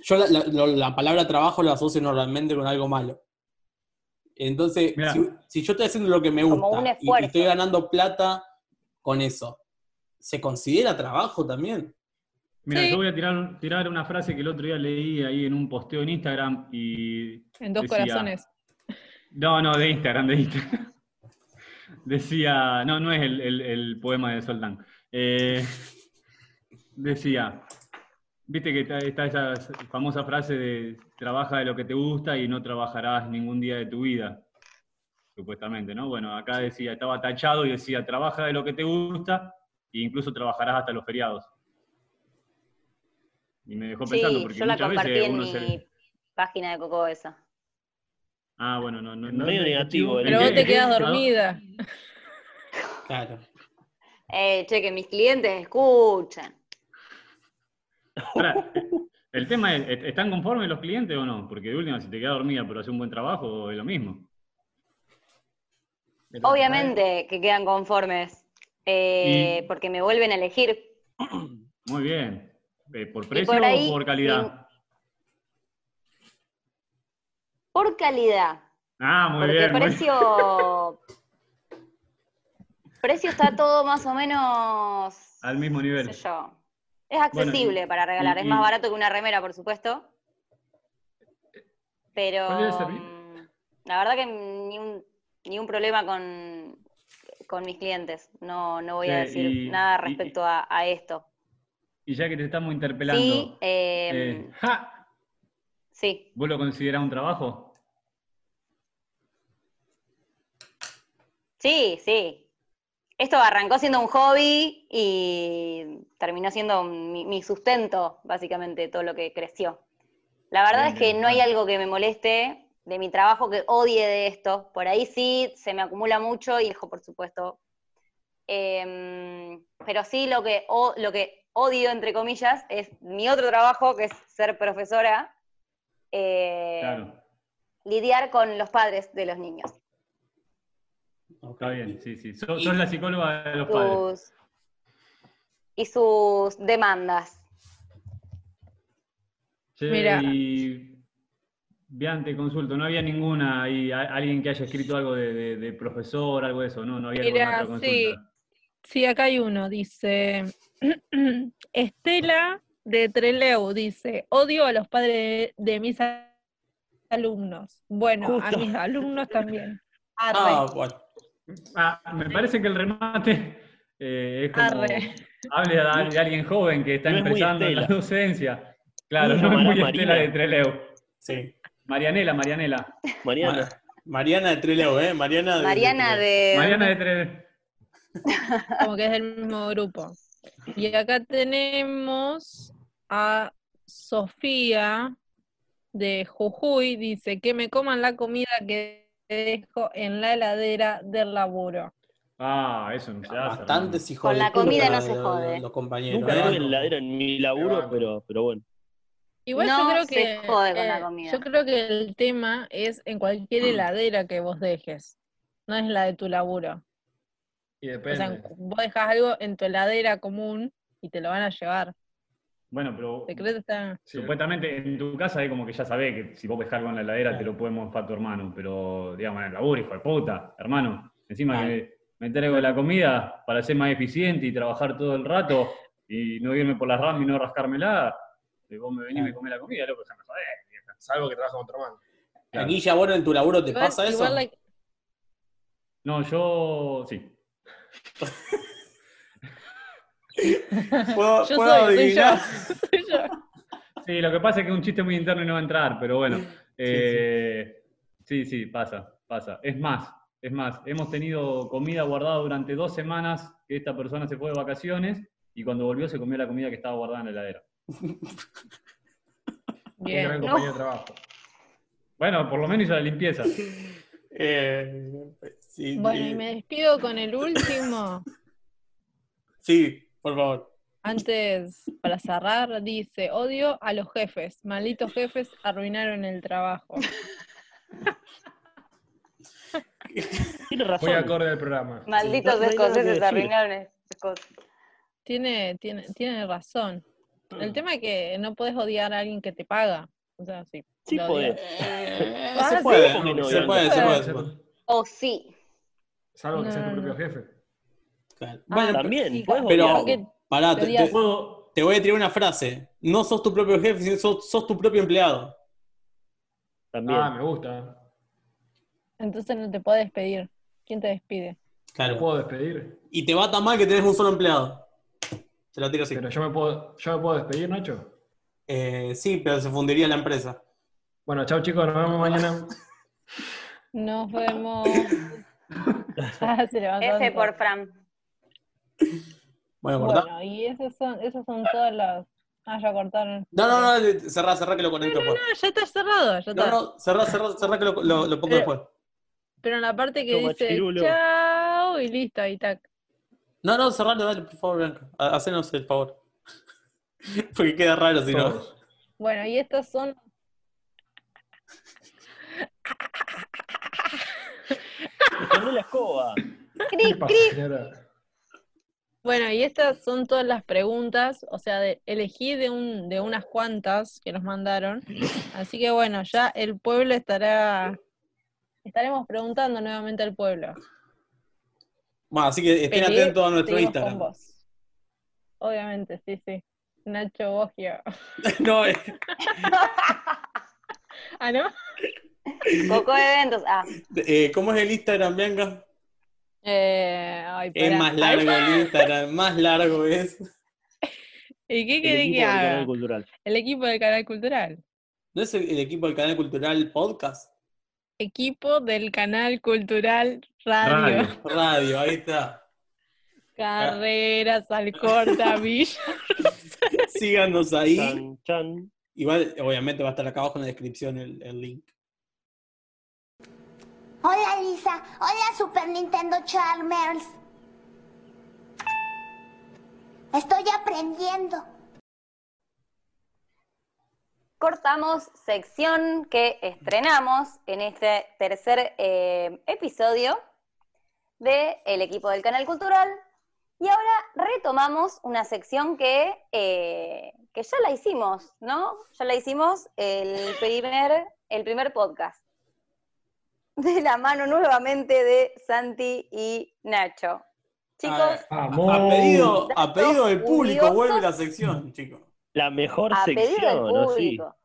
S8: Yo la, la- lo- la palabra trabajo la asocio normalmente con algo malo. Entonces,
S9: Mirá.
S8: si, si yo estoy haciendo lo que me
S3: Como un
S8: gusta y- y,
S3: esfuerzo.
S8: estoy ganando plata con eso, ¿se considera trabajo también?
S9: Mira,
S5: Sí.
S9: yo voy a tirar, un- tirar una frase que el otro día leí ahí en un posteo en Instagram y...
S5: en dos
S9: Decía,
S5: corazones.
S9: No, no, de Instagram, de Instagram. Decía, no, no es el, el- el poema de Soldán. Eh, decía, viste que está, está esa famosa frase de trabaja de lo que te gusta y no trabajarás ningún día de tu vida, supuestamente, ¿no? Bueno, acá decía, estaba tachado y decía, trabaja de lo que te gusta e incluso trabajarás hasta los feriados. Y me dejó pensando,
S3: Sí,
S9: porque
S3: yo la
S9: muchas
S3: compartí
S9: veces
S3: en
S9: uno
S3: mi
S9: se...
S3: página de Coco esa.
S9: Ah, bueno, no, no,
S4: Medio
S9: no-
S4: negativo,
S9: ¿en
S4: ¿eh?
S5: Pero
S9: qué-
S5: vos te
S9: en qué-
S5: quedas
S9: no?
S5: dormida.
S8: Claro.
S3: Eh, che, que mis clientes escuchan.
S9: Pará, el tema es, ¿est- ¿están conformes los clientes o no? Porque de última, si te quedas dormida pero haces un buen trabajo, es lo mismo.
S3: Obviamente que quedan conformes, eh,
S9: Y-
S3: porque me vuelven a elegir.
S9: Muy bien. Eh, ¿Por precio
S3: por ahí,
S9: o por calidad?
S3: Por calidad,
S9: Ah, muy
S3: porque
S9: bien. muy bien.
S3: precio... precio está todo más o menos...
S9: Al mismo
S3: qué
S9: nivel.
S3: sé yo. Es accesible
S9: y-
S3: para regalar,
S9: y-
S3: es más
S9: y-
S3: barato que una remera, por supuesto. Pero
S7: ¿Cuál debe servir?
S3: mm, la verdad que ni un, ni un problema con, con mis clientes. No, no voy a
S9: Che,
S3: decir
S9: y-
S3: nada
S9: y-
S3: respecto a, a esto.
S9: Y ya que te estamos interpelando,
S3: Sí, eh,
S9: eh, ja,
S3: sí.
S9: ¿vos lo considerás un trabajo?
S3: Sí, sí. Esto arrancó siendo un hobby y terminó siendo mi, mi sustento, básicamente, todo lo que creció. La verdad
S9: Bien,
S3: es que
S9: bien,
S3: no hay
S9: claro.
S3: algo que me moleste de mi trabajo que odie de esto. Por ahí sí se me acumula mucho, hijo, por supuesto. Em, pero sí lo que, o- lo que odio, entre comillas, es mi otro trabajo, que es ser profesora, eh,
S9: Claro,
S3: lidiar con los padres de los niños.
S9: está bien, sí, sí. Sos,
S8: Y-
S9: sos la psicóloga de los
S3: uh,
S9: padres.
S3: sus- y sus demandas.
S9: Che,
S5: Mira.
S9: y Bian, te consulto, no había ninguna ahí, a- alguien que haya escrito algo de, de- de profesor, algo de eso, no, no había ninguna
S5: Mira,
S9: otra consulta.
S5: sí. Sí, acá hay uno, dice Estela de Treleu, dice, odio a los padres de mis a- alumnos. Bueno, a
S4: Justo.
S5: mis alumnos también.
S8: Ah, bueno.
S9: Ah, me parece que el remate eh, es como
S5: Arre.
S9: hable a- de alguien joven que está
S4: No es muy
S9: empezando en la
S4: Estela.
S9: docencia. Claro,
S4: ¿Cómo
S9: no es muy
S4: llamará
S9: Estela
S4: Marina?
S9: de Treleu.
S8: Sí.
S9: Marianela, Marianela.
S4: Mariana,
S8: Mariana de Trelew, ¿eh? Mariana de.
S3: Mariana
S5: Eh,
S3: de.
S9: Mariana de Trelew.
S5: como que es del mismo grupo. Y acá tenemos a Sofía de Jujuy, dice que me coman la comida que dejo en la heladera del laburo.
S9: Ah, eso no se hace.
S8: Bastantes hijos
S3: Con
S8: de
S3: la comida
S8: puta
S3: no se
S8: los-
S3: jode.
S8: Los compañeros.
S4: Nunca
S8: ¿eh?
S4: tuve heladera en mi laburo, pero, pero bueno.
S5: Igual
S3: No
S5: yo creo
S3: se
S5: que
S3: jode con la
S5: eh,
S3: comida.
S5: yo creo que el tema es en
S8: Mm.
S5: cualquier heladera que vos dejes, no es la de tu laburo.
S7: Y
S5: O sea,
S7: depende.
S5: vos dejas algo en tu heladera común y te lo van a llevar.
S9: Bueno, pero
S5: ¿Te crees que está-
S7: Sí.
S9: supuestamente en tu casa es como que ya sabés que si vos ves algo en la heladera te lo puede mostrar tu hermano, pero digamos, en el laburo, hijo de puta, hermano. Encima que me entrego la comida para ser más eficiente y trabajar todo el rato y no irme por las ramas y no rascármela. Y vos me venís y me comés la comida, loco, ya me jodés. vieja.
S7: Salvo que trabaja con tu hermano.
S9: Claro.
S8: Aquí ya bueno en tu laburo te
S5: Igual-
S8: pasa eso.
S5: igual la-
S9: No, yo sí.
S8: Puedo,
S5: Yo
S8: puedo
S5: soy, soy yo.
S8: adivinar.
S5: soy yo.
S9: Sí, lo que pasa es que es un chiste muy interno y no va a entrar, pero bueno. Eh, sí, sí, pasa, pasa. Es más, es más, hemos tenido comida guardada durante dos semanas que esta persona se fue de vacaciones y cuando volvió se comió la comida que estaba guardada en la heladera.
S7: Un gran
S5: Bien.
S7: compañero de trabajo.
S9: Bueno, por lo menos hizo la limpieza.
S8: Eh, sí,
S5: Bueno,
S8: eh,
S5: y me despido con el último.
S8: sí, por favor.
S5: Antes, para cerrar, dice, odio a los jefes. Malditos jefes arruinaron el trabajo.
S4: Tiene
S7: Muy
S4: razón.
S7: acorde del programa.
S3: Malditos
S4: no hay nada que
S3: escoceses
S4: decir.
S3: arruinaron esas cosas.
S5: Tiene, tiene, tiene razón. El tema es que no podés odiar a alguien que te paga. O sea, sí.
S4: Sí
S5: lo
S4: podés.
S5: odias.
S8: Eh,
S5: Ah,
S8: se
S5: sí.
S8: puede,
S4: ¿Por qué no?
S8: se puede, se puede, se
S7: Salvo-
S8: puede.
S6: Oh,
S3: O sí.
S7: Salvo que sea tu
S5: No,
S7: propio jefe.
S8: Claro.
S5: Ah,
S8: Bueno,
S4: También,
S5: sí,
S4: puedes
S8: pero
S4: odiar.
S5: que-
S8: pará, te,
S5: Tenías-
S8: te- te voy a tirar una frase. No sos tu propio jefe, sino sos, sos tu propio empleado.
S4: También.
S7: Ah, me gusta.
S5: Entonces no te puedes despedir. ¿Quién te despide?
S7: Me
S8: Claro.
S7: puedo despedir.
S8: Y te va tan mal que tenés un solo empleado. Se la tiro así.
S7: Pero yo me puedo, yo me puedo despedir, Nacho.
S8: Eh, sí, pero se fundiría la empresa.
S7: Bueno, chao chicos, nos vemos mañana.
S5: Nos vemos. Ah, se levantó
S3: F
S5: antes.
S3: por Fran.
S8: Bueno, cortá.
S5: Bueno, y esos son, esos son todos los... Ah, ya cortaron.
S8: No, no, no, cerrá, cerrá que lo conecto. pues.
S5: Ah, ya está cerrado, ya
S8: No,
S5: está.
S8: no, cerrá, cerrá, cerrá que lo, lo- lo pongo
S5: Eh.
S8: después.
S5: Pero en la parte que
S4: Toma,
S5: dice
S4: chirulo.
S5: chao y listo, ahí tac.
S8: No, no, cerralo, dale, por favor, Blanca. Ha- Hacenos el favor. Porque queda raro si no.
S7: Todos.
S5: Bueno, y estos son.
S4: Me quemé la escoba.
S7: ¿Qué
S3: Cri,
S7: pasa,
S3: cri.
S7: señora?
S5: Bueno, y estas son todas las preguntas. O sea, de- elegí de un, de unas cuantas que nos mandaron. Así que bueno, ya el pueblo estará. Estaremos preguntando nuevamente al pueblo.
S8: Bueno, así que estén
S5: Pedir,
S8: atentos a nuestro
S5: seguimos con
S8: Instagram.
S5: vos. Obviamente, sí, sí. Nacho Bogio.
S8: No, eh,
S5: Ah, ¿no?
S3: Coco Eventos. Ah,
S8: eh, ¿Cómo es el Instagram, Bianca?
S5: Eh, ay,
S8: Es
S5: pará.
S8: más largo el Instagram, más largo es.
S5: ¿Y qué
S4: El
S5: querés
S4: equipo del
S5: que
S4: canal
S5: haga?
S4: cultural.
S5: El equipo del canal cultural.
S8: ¿No es el, el equipo del canal cultural podcast?
S5: Equipo del canal cultural Radio.
S9: Radio.
S8: Radio, ahí está.
S5: Carreras, Alcorta, Villa.
S8: Síganos ahí.
S4: Chan, chan.
S8: Igual, obviamente, va a estar acá abajo en la descripción el, el link.
S6: Hola Lisa, hola Super Nintendo Charmers. Estoy aprendiendo.
S3: cortamos sección que estrenamos en este tercer eh, episodio del equipo del canal cultural. Y ahora retomamos una sección que, eh, que ya la hicimos, ¿no? Ya la hicimos el primer, el primer podcast. De la mano nuevamente de Santi y Nacho.
S8: A
S3: Chicos,
S8: ver,
S7: Vamos.
S8: Ah, a pedido, a pedido del
S3: Datos
S8: público
S3: curiosos.
S8: vuelve la sección, chicos.
S4: La mejor
S3: a pedido del
S4: sección, ¿no? Sí.
S3: público.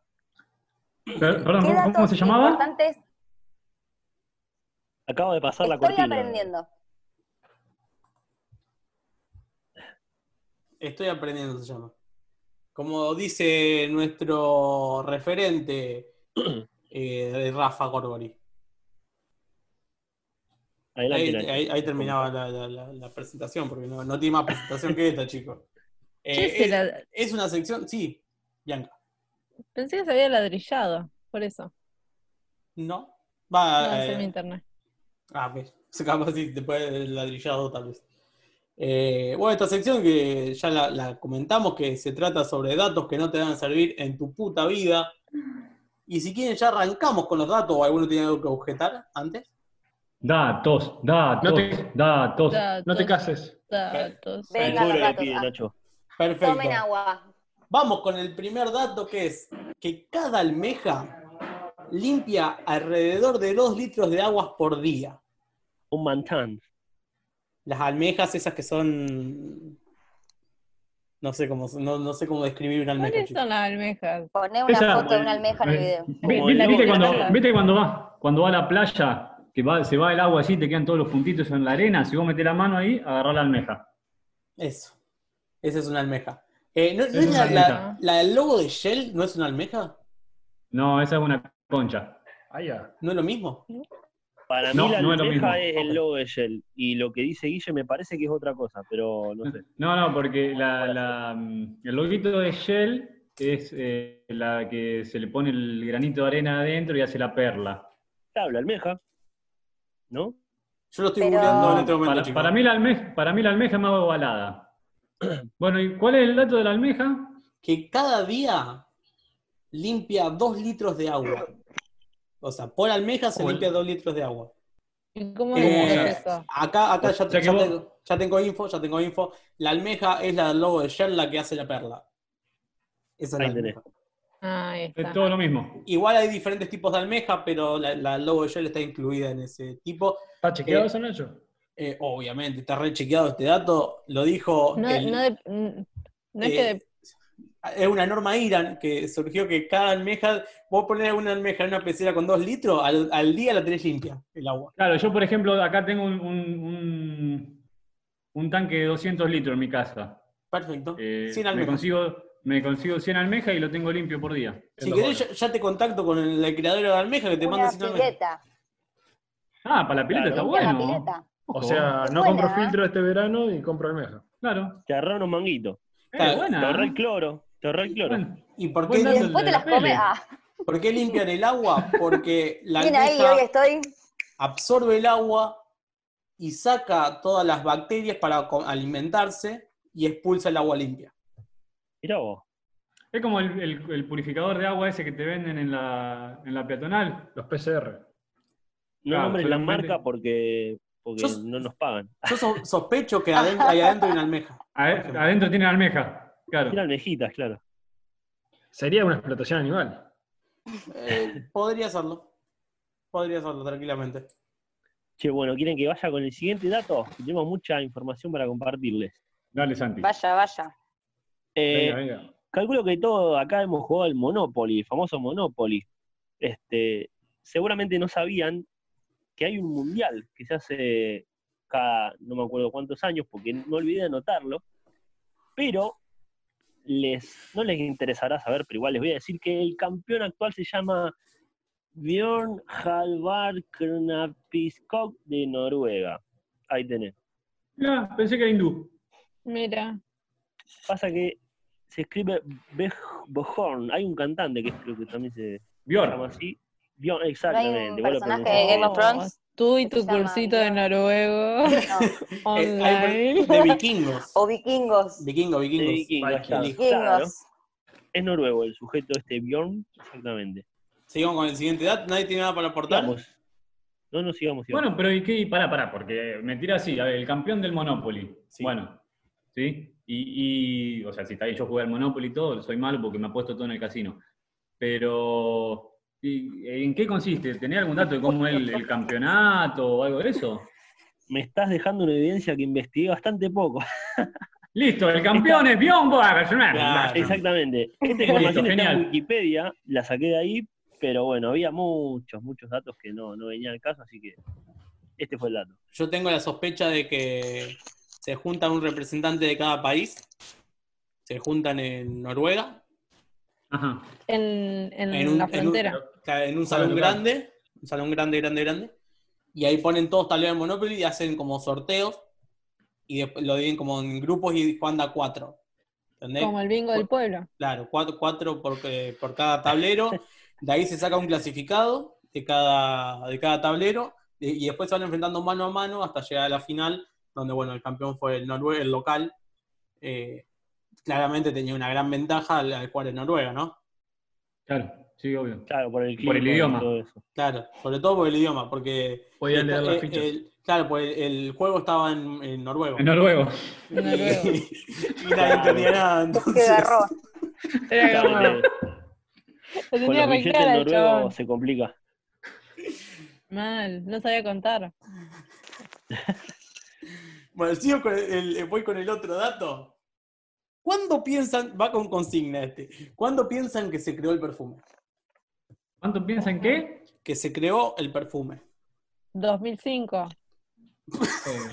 S9: Per- Perdón,
S3: ¿Qué
S9: ¿cómo,
S3: datos
S9: cómo se llamaba?
S3: importantes
S4: Acabo de pasar la
S3: estoy
S4: cortina.
S3: aprendiendo?
S8: Estoy aprendiendo, se llama. Como dice nuestro referente eh, Rafa Gorgori.
S4: Adelante,
S8: Ahí,
S4: Nacho.
S8: ahí- ahí terminaba la, la- la- la presentación, porque no, no tiene más presentación que esta, chicos. Eh,
S5: Che, se
S8: es,
S5: la-
S8: es una sección, sí, Bianca.
S5: Pensé que se había ladrillado, por eso.
S8: No.
S5: No,
S8: Va, eh,
S5: es mi internet.
S8: Ah, ok. Se capaz sí, después del ladrillado tal vez. Eh, bueno, esta sección que ya la, la comentamos, que se trata sobre datos que no te van a servir en tu puta vida. Y si quieren ya arrancamos con los datos, o alguno tiene algo que objetar antes.
S9: Datos, datos,
S7: No te-
S9: datos.
S7: No te
S5: Datos,
S7: cases.
S5: datos.
S3: Venga,
S4: El culo
S3: los
S4: le
S3: datos,
S4: pide,
S3: ah.
S4: Nacho.
S8: Perfecto.
S3: Tomen agua.
S8: Vamos con el primer dato que es que cada almeja limpia alrededor de 2 litros de aguas por día.
S4: Un mantán.
S8: Las almejas esas que son... No sé cómo, no, no sé cómo describir una almeja.
S5: ¿Cuáles
S8: chicos.
S5: son las almejas?
S3: Poné una
S9: Esa-
S3: foto de una almeja en el video.
S9: Eh, Vi-
S4: Como
S9: vi-
S4: el
S9: ¿Viste,
S4: lobo
S9: cuando,
S4: que
S5: nada.
S9: viste cuando va, cuando va a la playa, que va, se va el agua así, te quedan todos los puntitos en la arena? Si vos metés la mano ahí, agarrás la almeja.
S8: Eso. Esa es una almeja. Eh, ¿no, no
S9: Esa
S8: es
S9: es
S8: la,
S9: una almeja.
S8: la- la del logo de Shell no es una almeja?
S9: No, esa es una concha.
S7: Ahí Ah, ya.
S8: ¿No es lo mismo?
S4: Para
S9: No,
S4: mí la
S9: no es lo
S4: almeja es,
S9: mismo.
S4: el logo de Shell. Y lo que dice Guille me parece que es otra cosa, pero no sé.
S9: No, no, porque la, la, mm, el loguito de Shell es eh, la que se le pone el granito de arena adentro y hace la perla.
S4: Tabla, almeja. ¿No?
S8: Yo lo estoy
S3: Pero-
S8: googleando en este momento,
S9: Para,
S8: chicos.
S9: para mí la almeja, para mí la almeja es más ovalada. Bueno, ¿y cuál es el dato de la almeja?
S8: Que cada día limpia dos litros de agua. O sea, por almeja se
S7: Bueno.
S8: limpia dos litros de agua.
S5: ¿Y cómo
S8: Eh,
S5: es eso?
S8: Acá, acá ya,
S9: O sea que
S8: ya
S9: vos-
S8: tengo, ya tengo info, ya tengo info. La almeja es la del logo de Shell, la que hace la perla. Esa es la
S4: Ahí tenés.
S8: almeja.
S5: Ahí
S9: Es
S5: está.
S9: todo lo mismo.
S8: Igual hay diferentes tipos de almeja, pero la, la del logo de Shell está incluida en ese tipo.
S7: ¿Está chequeado
S8: Eh,
S7: eso, Nacho?
S8: Eh, obviamente, está re chequeado este dato. Lo dijo.
S5: No,
S8: el-
S5: no, de- n- no es que
S8: eh,
S5: de-
S8: es una norma Iran que surgió que cada almeja, vos poner una almeja en una pecera con dos litros, al, al día la tenés limpia, el agua.
S9: Claro, yo por ejemplo acá tengo un, un- un- un tanque de 200 litros en mi casa.
S8: Perfecto.
S9: Eh,
S8: Sin
S9: me,
S8: almeja.
S9: consigo, me consigo 100 almejas y lo tengo limpio por día.
S8: Si querés, ya, ya te contacto con el, la creadora de almeja que te manda
S3: Una
S8: sin almeja.
S3: pileta.
S9: Ah, para la pileta
S4: Claro.
S9: está
S3: Limpia la
S9: bueno.
S3: pileta.
S7: O sea,
S3: Es
S7: no
S3: buena,
S7: compro
S3: ¿eh?
S7: filtro este verano y compro almeja.
S9: Claro.
S4: Te agarraron un manguito.
S9: Eh,
S8: Claro.
S4: Te
S9: buena.
S4: ahorré el cloro. Te ahorré el cloro.
S9: Bueno,
S8: ¿Y por
S9: Buen
S8: qué,
S3: Y
S9: dato.
S8: lim-
S3: después te las
S9: Dándole
S3: come.
S9: la
S3: Ah,
S8: por qué limpian el agua? Porque la
S3: bien ahí,
S8: almeja
S3: hoy estoy.
S8: absorbe el agua y saca todas las bacterias para co- alimentarse y expulsa el agua limpia.
S4: Mirá vos.
S9: es como el, el- el purificador de agua ese que te venden en la, en la peatonal.
S7: Los PCR.
S4: No
S9: Claro,
S4: nombres la
S9: Ah, solamente-
S4: marca porque, porque
S8: Yo-
S4: no nos pagan.
S8: Yo so- sospecho que aden- ahí adentro hay una almeja.
S9: Ade- Adentro tiene almeja. Claro.
S4: Tiene almejitas, claro.
S7: Sería una explotación animal.
S8: Eh, podría hacerlo. Podría hacerlo tranquilamente.
S4: Che, bueno, ¿quieren que vaya con el siguiente dato? Tenemos mucha información para compartirles.
S9: Dale, Santi.
S3: Vaya, vaya.
S4: Eh,
S7: Venga, venga.
S4: calculo que todos acá hemos jugado al Monopoly, el famoso Monopoly. Este, seguramente no sabían que hay un mundial que se hace cada no me acuerdo cuántos años, porque no olvidé anotarlo, pero les, no les interesará saber, pero igual les voy a decir que el campeón actual se llama Bjorn Halvar Knapiskog de Noruega. Ahí tenés.
S9: Mirá, Ah, pensé que era hindú.
S5: Mira,
S4: Pasa que se escribe Bej- Bjorn. Hay un cantante que creo que también se llama
S9: Bjorn.
S4: así. Bjorn,
S3: ¿No hay
S4: exactamente.
S3: un
S4: vos lo
S3: personaje de
S4: pronunciás
S3: Eh, Game of
S4: bien.
S3: Thrones?
S5: Oh, tú y
S3: Se
S5: tu
S3: llama
S5: cursito de
S3: Dios.
S5: noruego
S3: No.
S8: Eh, hay
S5: online.
S8: de vikingos.
S3: O vikingos.
S8: Vikingo,
S4: De
S8: vikingos.
S4: vikingos, está,
S8: Vikingos.
S4: claro.
S3: Vikingos.
S4: Es noruego el sujeto este Bjorn, exactamente.
S8: Sigamos con el siguiente dato. Nadie tiene nada para aportar.
S4: Vamos. No nos sigamos. sigamos.
S9: Bueno, pero ¿y qué? Pará, pará, porque me tira así. A ver, el campeón del Monopoly.
S8: Sí.
S9: Bueno, ¿sí? Y, y, o sea, si está ahí yo jugué al Monopoly y todo, soy malo porque me apuesto todo en el casino. Pero, ¿y ¿en qué consiste? ¿Tenía algún dato de cómo es el, el campeonato o algo de eso?
S4: me estás dejando una evidencia que investigué bastante poco.
S9: Listo, el campeón es Bjorn
S8: Claro.
S9: Borg.
S4: Exactamente. Esta información está en
S9: Ah, genial.
S4: Wikipedia, la saqué de ahí, pero bueno, había muchos, muchos datos que no, no venían al caso, así que este fue el dato.
S8: Yo tengo la sospecha de que se juntan un representante de cada país. Se juntan en Noruega.
S9: Ajá.
S5: En, en
S8: En un-
S5: la
S8: en un-
S5: frontera.
S8: claro, En un
S7: Claro,
S8: salón
S7: claro.
S8: grande. Un salón grande, grande, grande. y ahí ponen todos talones de Monopoly y hacen como sorteos y después lo dividen como en grupos y Juan da cuatro. ¿Entendés?
S5: Como el bingo del pueblo.
S8: Claro, cuatro, cuatro por, eh, por cada tablero. De ahí se saca un clasificado de cada, de cada tablero. de- Y después se van enfrentando mano a mano hasta llegar a la final, donde bueno, el campeón fue el Noruega, el local. Eh, claramente tenía una gran ventaja al, al jugar en Noruega, ¿no?
S9: Claro, sí, obvio.
S4: Claro, por el,
S9: Por el
S4: clima y
S9: idioma.
S4: todo eso.
S8: Claro, sobre todo por el idioma, porque.
S7: Podía
S8: el-
S7: leer las
S8: el-
S7: fichas.
S8: eh, el- claro, pues el juego estaba en, en noruego.
S9: En noruego.
S8: Y,
S5: En noruego.
S8: y nadie entendía nada.
S3: Qué
S8: Entonces,
S3: garrón.
S5: Era
S4: Claro,
S5: como-
S4: con los-
S5: lo
S4: con
S5: tenía
S4: los
S5: re
S4: billetes
S5: clara el
S4: noruegos
S5: chabón.
S4: se complica.
S5: Mal, no sabía contar.
S8: Bueno, sigo con el- el- voy con el otro dato. ¿Cuándo piensan, va con consigna este, ¿cuándo piensan que se creó el perfume?
S9: ¿Cuánto piensan qué?
S8: Que se creó el perfume.
S5: 2005.
S7: Eh,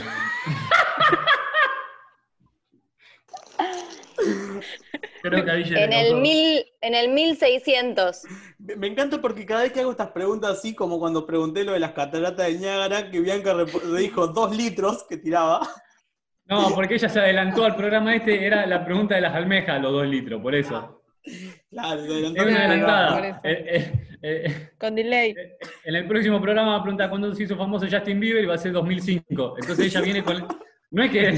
S7: Creo que ahí ya
S3: En
S7: le
S3: el,
S7: causó-
S3: mil, en el 1600.
S8: Me me encanta porque cada vez que hago estas preguntas así, como cuando pregunté lo de las cataratas de Niágara, que Bianca rep- le dijo dos litros que tiraba.
S9: No, porque ella se adelantó al programa este, era la pregunta de las almejas, los dos litros, por
S3: Ah,
S9: eso.
S8: Claro, se adelantó
S9: Es una
S8: que tiraba.
S5: por
S9: adelantada.
S5: eso.
S9: Eh, eh, eh,
S5: Con delay.
S9: en el próximo programa va a preguntar cuándo se hizo famoso Justin Bieber y va a ser 2005. Entonces ella viene con... No es que,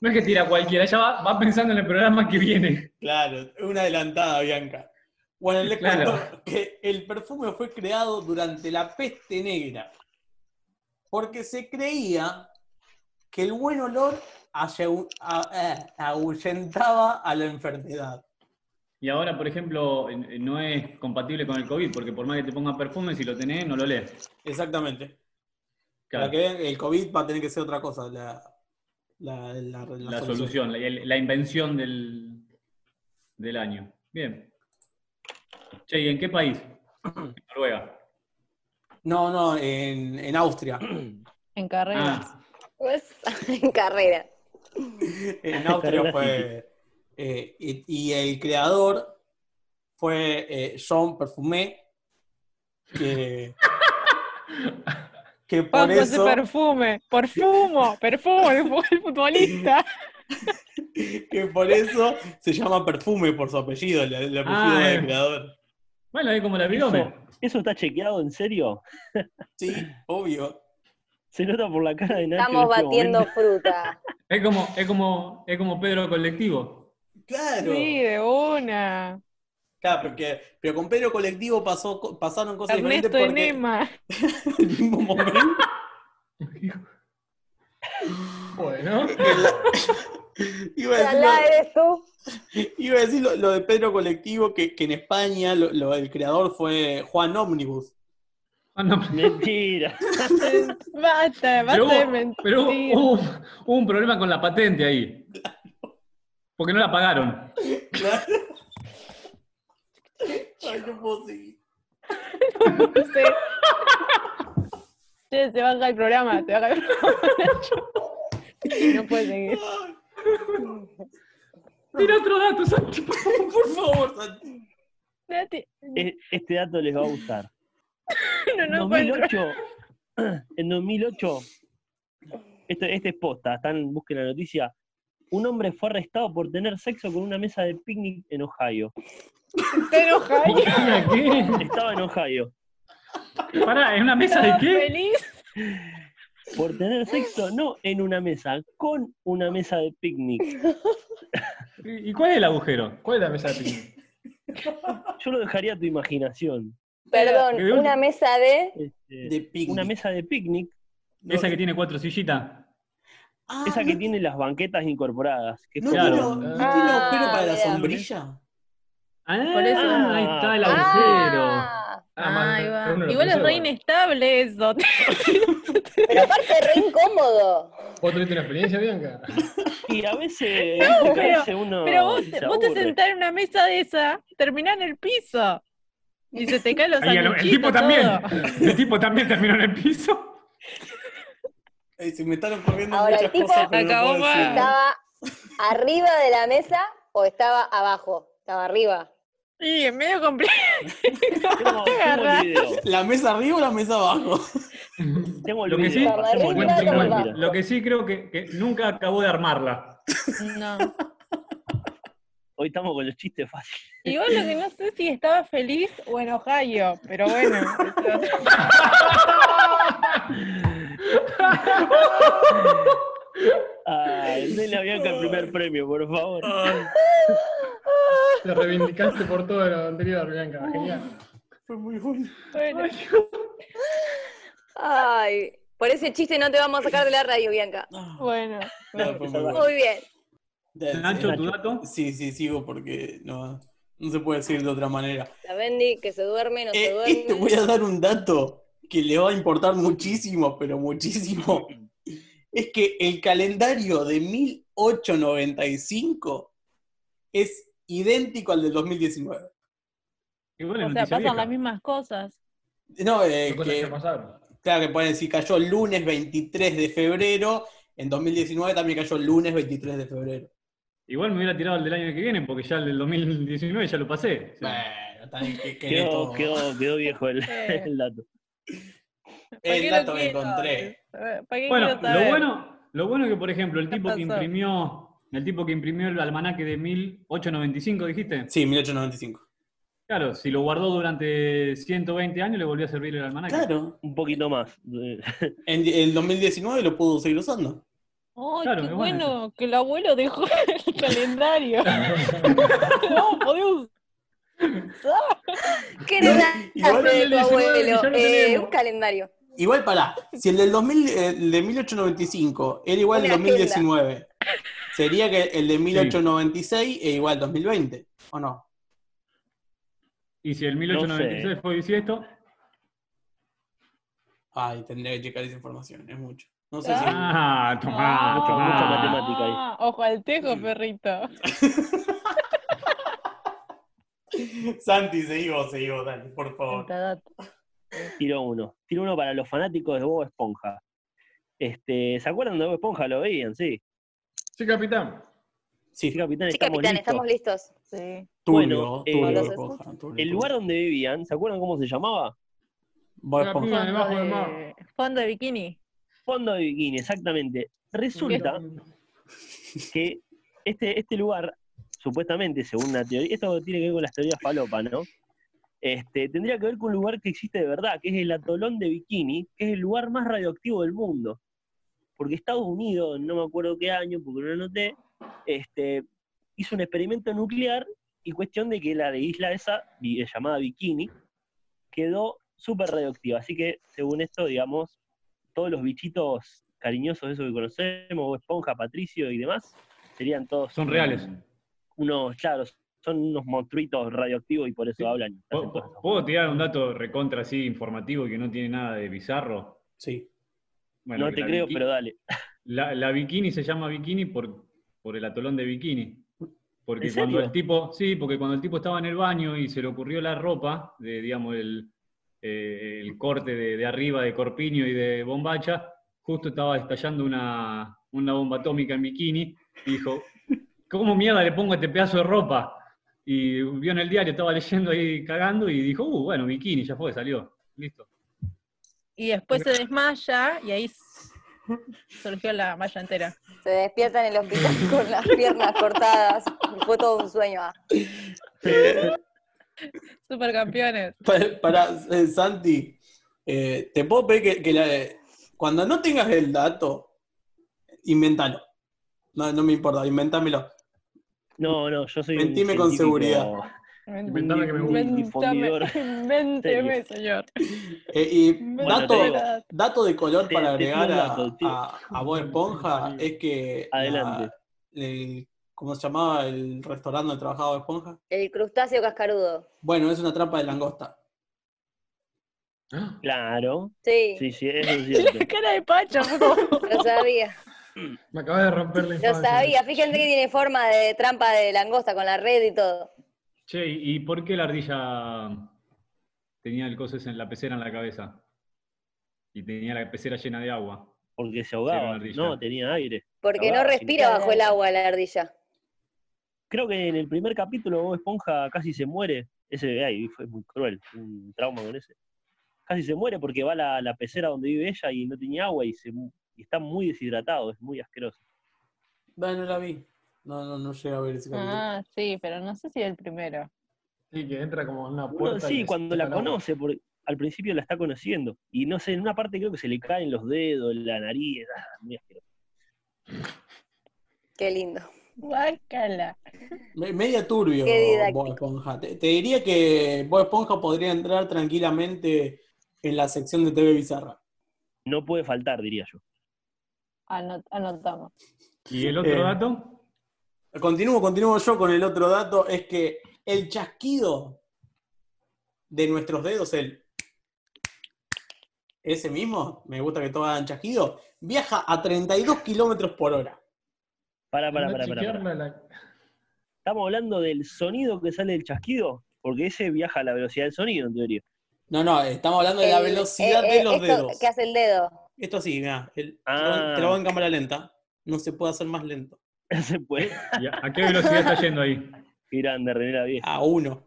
S9: no es que tira cualquiera, ella va, va pensando en el programa que viene.
S8: Claro, es una adelantada, Bianca. Bueno, les
S9: Claro.
S8: cuento que el perfume fue creado durante la peste negra, porque se creía que el buen olor ayu- a- eh, ahuyentaba a la enfermedad.
S9: Y ahora, por ejemplo, eh, no es compatible con el COVID, porque por más que te pongan perfume, si lo tenés, no lo lees.
S8: Exactamente.
S9: Claro,
S8: Para que vean, el COVID va a tener que ser otra cosa, la, la- la- la
S9: la solución, la, el- la invención del, del año. Bien. Che, ¿y en qué país? En Noruega.
S8: No, no, en, en Austria.
S5: En carrera.
S9: Ah,
S3: Pues, en carrera.
S8: En Austria fue. eh, y, y el creador fue eh, Jean Perfumé, que, que por
S5: Paco ese
S8: eso,
S5: perfume. Perfumo. Perfumo. el fu- El futbolista.
S8: que por eso se llama Perfume por su apellido, el, el apellido
S9: Ah,
S8: del
S9: eh.
S8: creador.
S9: bueno, es como la
S4: Eso,
S9: virome.
S4: eso está chequeado en serio.
S8: Sí, obvio.
S4: Se nota por la cara de Nacho. en
S3: Estamos
S4: este
S3: batiendo
S4: momento.
S3: fruta.
S9: Es como, es como, es como Pedro Colectivo.
S8: Claro.
S5: Sí, de una.
S8: Claro, porque, pero con Pedro Colectivo pasó, co- pasaron cosas diferentes
S5: Ernesto
S8: porque
S5: Enema.
S8: en el mismo momento.
S7: Bueno,
S8: Iba a decir
S3: Ojalá
S8: lo-
S3: eres tú.
S8: Iba a decir lo, lo de Pedro Colectivo, que, que en España lo, lo- el creador fue Juan Omnibus.
S9: Ah, no,
S4: Mentira.
S5: Basta,
S9: pero
S5: basta de
S9: hubo,
S5: mentir.
S9: pero hubo- hubo- hubo un problema con la patente ahí. Porque no la pagaron.
S8: Claro. Ay, no puedo seguir.
S5: No sé. Che, se baja el programa, se baja el programa. No puede seguir.
S8: Ay,
S9: Tira otro dato, Santi.
S8: por favor, Santi.
S5: Nati,
S4: E- Este dato les va a gustar.
S5: No,
S4: En
S5: no encuentro.
S4: 2008, en 2008, esto, este es posta, están, busquen la noticia. Un hombre fue arrestado por tener sexo con una mesa de picnic en Ohio.
S5: Está enojado.
S9: Mira, ¿Qué?
S4: Estaba en Ohio.
S9: Pará, ¿en una mesa de
S5: estaba
S9: qué?
S5: Feliz.
S4: Por tener sexo, no en una mesa, con una mesa de picnic.
S9: ¿Y cuál es el agujero?
S7: ¿cuál es la mesa de ping?
S4: Yo lo dejaría a tu imaginación.
S3: Perdón,
S9: Pero-
S3: una mesa de.
S4: Este,
S8: De picnic.
S4: una mesa de picnic,
S8: No,
S9: Esa que tiene cuatro sillitas.
S8: ah,
S4: esa que
S8: no-
S4: tiene las banquetas incorporadas. Que es
S8: ¿No,
S4: como-
S9: Claro.
S8: tiene, no tiene
S3: Ah,
S8: agujero para la
S3: mira.
S8: sombrilla?
S9: Ah,
S5: eso-
S9: ahí está el agujero.
S3: Ah,
S5: Ahí va.
S7: uno lo
S5: Igual es
S7: pensó.
S5: re inestable eso.
S3: pero aparte, re incómodo.
S7: ¿Vos tuviste una experiencia, Bianca?
S4: Y a veces,
S5: No,
S4: a veces uno.
S5: Pero vos,
S4: se
S5: vos te
S4: aburre.
S5: sentás en una mesa de esa, terminás en el piso. Y se te caen los
S9: Ahí el, el
S5: sanguchitos,
S9: tipo también.
S5: todo.
S9: El tipo también terminó en el piso.
S8: Ay, se me están ocurriendo
S3: Ahora, el
S8: muchas
S3: tipo
S8: cosas, pero no
S5: acabó
S8: puedo
S5: mal.
S8: decirlo.
S3: ¿Estaba arriba de la mesa o estaba abajo? Estaba arriba.
S5: Y es medio complejo.
S4: ¿Cómo- cómo el video?
S8: ¿La mesa arriba o la mesa abajo?
S4: Tengo el
S9: Lo que sí,
S4: video,
S3: Cuando
S4: pasemos
S3: rinda,
S4: el video,
S3: toma.
S4: mira.
S9: lo que sí creo que, que nunca acabó de armarla.
S5: No.
S4: Hoy estamos con los chistes fáciles.
S5: Igual lo que no sé si estaba feliz o en Ohio, pero bueno.
S4: Ay, denle a Bianca Ah, el primer premio, por favor.
S9: Ah,
S7: Te reivindicaste por todo lo anterior, Bianca. Genial.
S8: Fue muy bueno.
S5: bueno.
S3: Ay, por ese chiste no te vamos a sacar de la radio, Bianca.
S8: Ah, No,
S5: Bueno.
S8: fue muy bueno.
S3: Muy bien.
S8: Dale,
S9: Nacho,
S8: sí,
S9: tu dato.
S8: Sí, sí, sigo porque no, no se puede decir de otra manera.
S3: La Bendy que se duerme, no se
S8: Eh,
S3: duerme.
S8: y te voy a dar un dato que le va a importar muchísimo, pero muchísimo. Es que el calendario de 1895 es idéntico al del 2019.
S9: Igual es
S5: O sea,
S9: noticia
S5: pasan
S9: vieja.
S5: las mismas cosas.
S8: No, eh,
S7: Son cosas que
S8: que,
S7: pasaron.
S8: claro que pueden decir cayó el lunes 23 de febrero, en 2019 también cayó el lunes 23 de febrero.
S9: Igual me hubiera tirado el del año que viene porque ya el del 2019 ya lo pasé. O sea,
S8: Bueno, también que querés
S4: Quedó,
S8: todo.
S4: quedó, quedó viejo el,
S5: Eh.
S4: el dato.
S5: ¿Para qué
S8: El
S5: lo
S8: dato que
S5: quiero? Eh.
S8: encontré.
S5: ¿Para qué
S9: Bueno,
S5: quiero saber?
S9: lo bueno, lo bueno es que, por ejemplo, el tipo que
S5: pasó?
S9: imprimió, el tipo que imprimió el almanaque de 1895, dijiste.
S8: Sí, 1895.
S9: Claro, si lo guardó durante 120 años, le volvió a servir el almanaque.
S8: Claro,
S4: Un poquito más. eh,
S8: en el 2019 lo pudo seguir usando.
S5: Ay,
S9: Claro,
S5: qué
S9: es
S5: bueno,
S9: bueno
S5: que el abuelo dejó el calendario. no, podemos.
S3: ¿Qué era
S8: Igual
S3: de
S9: el
S3: tu
S9: 19
S3: abuelo?
S9: ya lo
S3: Eh,
S9: tenemos.
S3: un calendario.
S8: Igual pará, si el del 2000, el de 1895 era igual al
S3: Una
S8: 2019, sería que el de 1896 es igual al 2020, ¿o no?
S9: Y si el 1896
S4: No
S9: fue bisiesto,
S8: Ay, tendría que checar esa información, es mucho. No sé
S9: ah, tomá,
S5: Ah.
S4: mucha
S9: tomá.
S4: matemática ahí.
S5: Ah, Ojo al tejo, perrito.
S8: si... Santi, seguí vos, seguí vos, dale, por favor.
S5: Tentadata.
S4: Tiro uno. Tiro uno para los fanáticos de Bob Esponja. Este, ¿Se acuerdan de Bob Esponja? Lo veían, sí.
S7: Sí, capitán.
S8: Sí,
S4: Sí, capitán,
S3: Sí,
S4: estamos
S3: capitán,
S4: listos.
S3: estamos listos.
S5: Sí.
S8: Tulio,
S4: Bueno, eh,
S8: Tulio,
S3: los
S8: Esponja, Tulio,
S4: El lugar donde vivían, ¿se acuerdan cómo se llamaba?
S8: Bob Esponja.
S7: Una debajo del
S5: Fondo
S7: mar.
S5: de- Fondo de bikini.
S4: Fondo de Bikini, exactamente. Resulta que este, este lugar, supuestamente, según la teoría, esto tiene que ver con las teorías falopa, ¿no? Este, tendría que ver con un lugar que existe de verdad, que es el atolón de Bikini, que es el lugar más radioactivo del mundo. Porque Estados Unidos, no me acuerdo qué año, porque no lo noté, este, hizo un experimento nuclear y cuestión de que la de isla esa, vi- eh, llamada Bikini, quedó súper radioactiva. Así que, según esto, digamos, todos los bichitos cariñosos, esos que conocemos, Bob Esponja, Patricio y demás, serían todos
S9: Son reales.
S4: unos, claro, son unos monstruitos radioactivos y por eso
S9: Sí.
S4: hablan.
S7: Oh,
S4: hacen todas
S9: ¿Puedo
S4: esas
S9: puedo tirar un dato recontra así informativo que no tiene nada de bizarro?
S8: Sí.
S9: Bueno,
S4: no
S9: que
S4: te
S9: la
S4: creo,
S9: biki-
S4: pero dale.
S9: La, la bikini se llama bikini por, por el atolón de bikini. Porque
S4: ¿En
S9: cuando
S4: serio?
S9: el tipo, sí, porque cuando el tipo estaba en el baño y se le ocurrió la ropa, de, digamos, el, eh, el corte de, de arriba de corpiño y de bombacha, justo estaba estallando una, una bomba atómica en bikini, y dijo, ¿cómo mierda le pongo este pedazo de ropa? Y vio en el diario, estaba leyendo ahí cagando, y dijo, uh, bueno, bikini, ya fue, salió, listo.
S5: Y después se desmaya y ahí surgió la malla entera.
S3: Se despierta en el hospital con las piernas cortadas. Y fue todo un sueño. ah.
S8: Eh,
S5: Supercampeones.
S8: Para, para, eh, Santi, eh, te puedo pedir que, que la- cuando no tengas el dato, inventalo. No, no me importa, inventámelo.
S4: No, no, yo soy. un
S8: Mentime con
S4: científico-
S8: seguridad.
S7: Inventame que me gusta.
S4: Un difundidor.
S5: Inventame, inventeme, señor.
S8: Eh, y
S5: Bueno,
S8: dato,
S4: te digo.
S8: dato de color
S4: Te-
S8: para
S4: te pido
S8: agregar
S4: un
S8: a,
S4: dato, tío.
S8: a, a Bob Esponja es que. la-
S4: Adelante.
S8: el- ¿Cómo se llamaba el restaurante donde trabajaba Bob Esponja?
S3: El crustáceo cascarudo.
S8: Bueno, es una trampa de langosta.
S7: Ah,
S4: Claro.
S3: Sí,
S4: Sí, sí, eso es
S5: La
S4: cierto.
S5: cara de Pacha, fue como-
S3: lo sabía.
S7: Me acabas de romper la
S3: Lo
S7: infancia.
S3: sabía. Fíjense que tiene forma de trampa de langosta con la red y todo.
S9: Che, ¿y por qué la ardilla tenía el coso ese en la pecera en la cabeza? Y tenía la pecera llena de agua.
S4: Porque se
S9: Era
S4: ahogaba.
S9: una ardilla.
S4: No, tenía aire.
S3: Porque
S4: Ah,
S3: no respira
S5: claro.
S3: bajo el agua la ardilla.
S4: Creo que en el primer capítulo Bob Esponja casi se muere. Ese, ay, fue muy cruel. Un trauma con ese. casi se muere porque va a la, la pecera donde vive ella y no tenía agua y, se, y está muy deshidratado, es muy asqueroso.
S8: Bueno, no la vi. No, no, no llegué a ver ese capítulo.
S5: Ah, sí, pero no sé si el primero.
S7: Sí, que entra como en una
S4: Uno
S7: puerta. y
S4: sí,
S7: que
S4: cuando
S7: se
S4: la
S7: saca el agua.
S4: conoce, porque al principio la está conociendo. Y no sé, en una parte creo que se le caen los dedos, la nariz, ah, muy asqueroso.
S3: Qué lindo.
S5: Guácala.
S8: Me- Media turbio,
S3: Qué didáctico.
S8: Bob Esponja. Te, te diría que Bob Esponja podría entrar tranquilamente en la sección de TV Bizarra.
S4: No puede faltar, diría yo.
S5: Anot- anotamos.
S9: ¿Y el otro
S8: Eh,
S9: dato?
S8: Continúo, continúo yo con el otro dato, es que el chasquido de nuestros dedos, el ese mismo, me gusta que todos hagan chasquido, viaja a 32 kilómetros por hora.
S4: Pará, pará,
S7: Anda a
S4: pará, pará, pará.
S7: chequearla la-
S4: Estamos hablando del sonido que sale del chasquido, porque ese viaja a la velocidad del sonido, en teoría.
S8: No, no, estamos hablando de la
S3: El-
S8: velocidad
S3: eh, eh,
S8: de los
S3: esto
S8: dedos.
S3: que hace el dedo?
S8: Esto sí, mira,
S4: Ah.
S8: te lo hago en cámara lenta. No se puede hacer más lento.
S4: Se puede.
S9: ¿Y ¿A a qué velocidad está yendo ahí?
S4: Grande, remera vieja.
S8: A uno.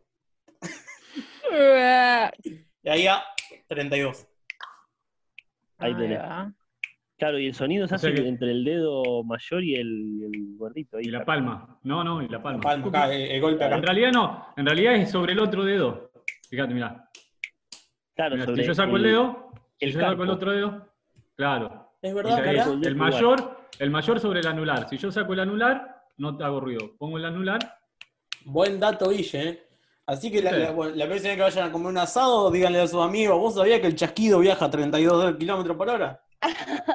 S5: Ahí
S8: Y ahí a 32.
S4: Ahí tenés.
S5: va.
S4: Claro, y el sonido se
S9: O sea
S4: hace
S9: que-
S4: entre el dedo mayor y el, el gordito. ahí.
S9: Y la palma. No, no, y la palma.
S8: Palma acá, el, el golpe
S9: En
S8: acá.
S9: realidad no, en realidad es sobre el otro dedo. Fíjate, mirá.
S4: Claro,
S9: Mirá,
S4: sobre
S9: si yo saco el, dedo, si
S4: el
S9: yo saco el
S4: carpo.
S9: otro dedo, claro.
S8: Es
S9: Y
S8: verdad,
S9: ahí
S8: Cará?
S9: es el mayor, el mayor sobre el anular. Si yo saco el anular, no te hago ruido. Pongo el anular,
S8: Buen dato, Guille. ¿eh? Así que la,
S9: Sí.
S8: la- bueno, la próxima vez que vayan a comer un asado, díganle a sus amigos, ¿vos sabías que el chasquido viaja a 32 kilómetros por hora?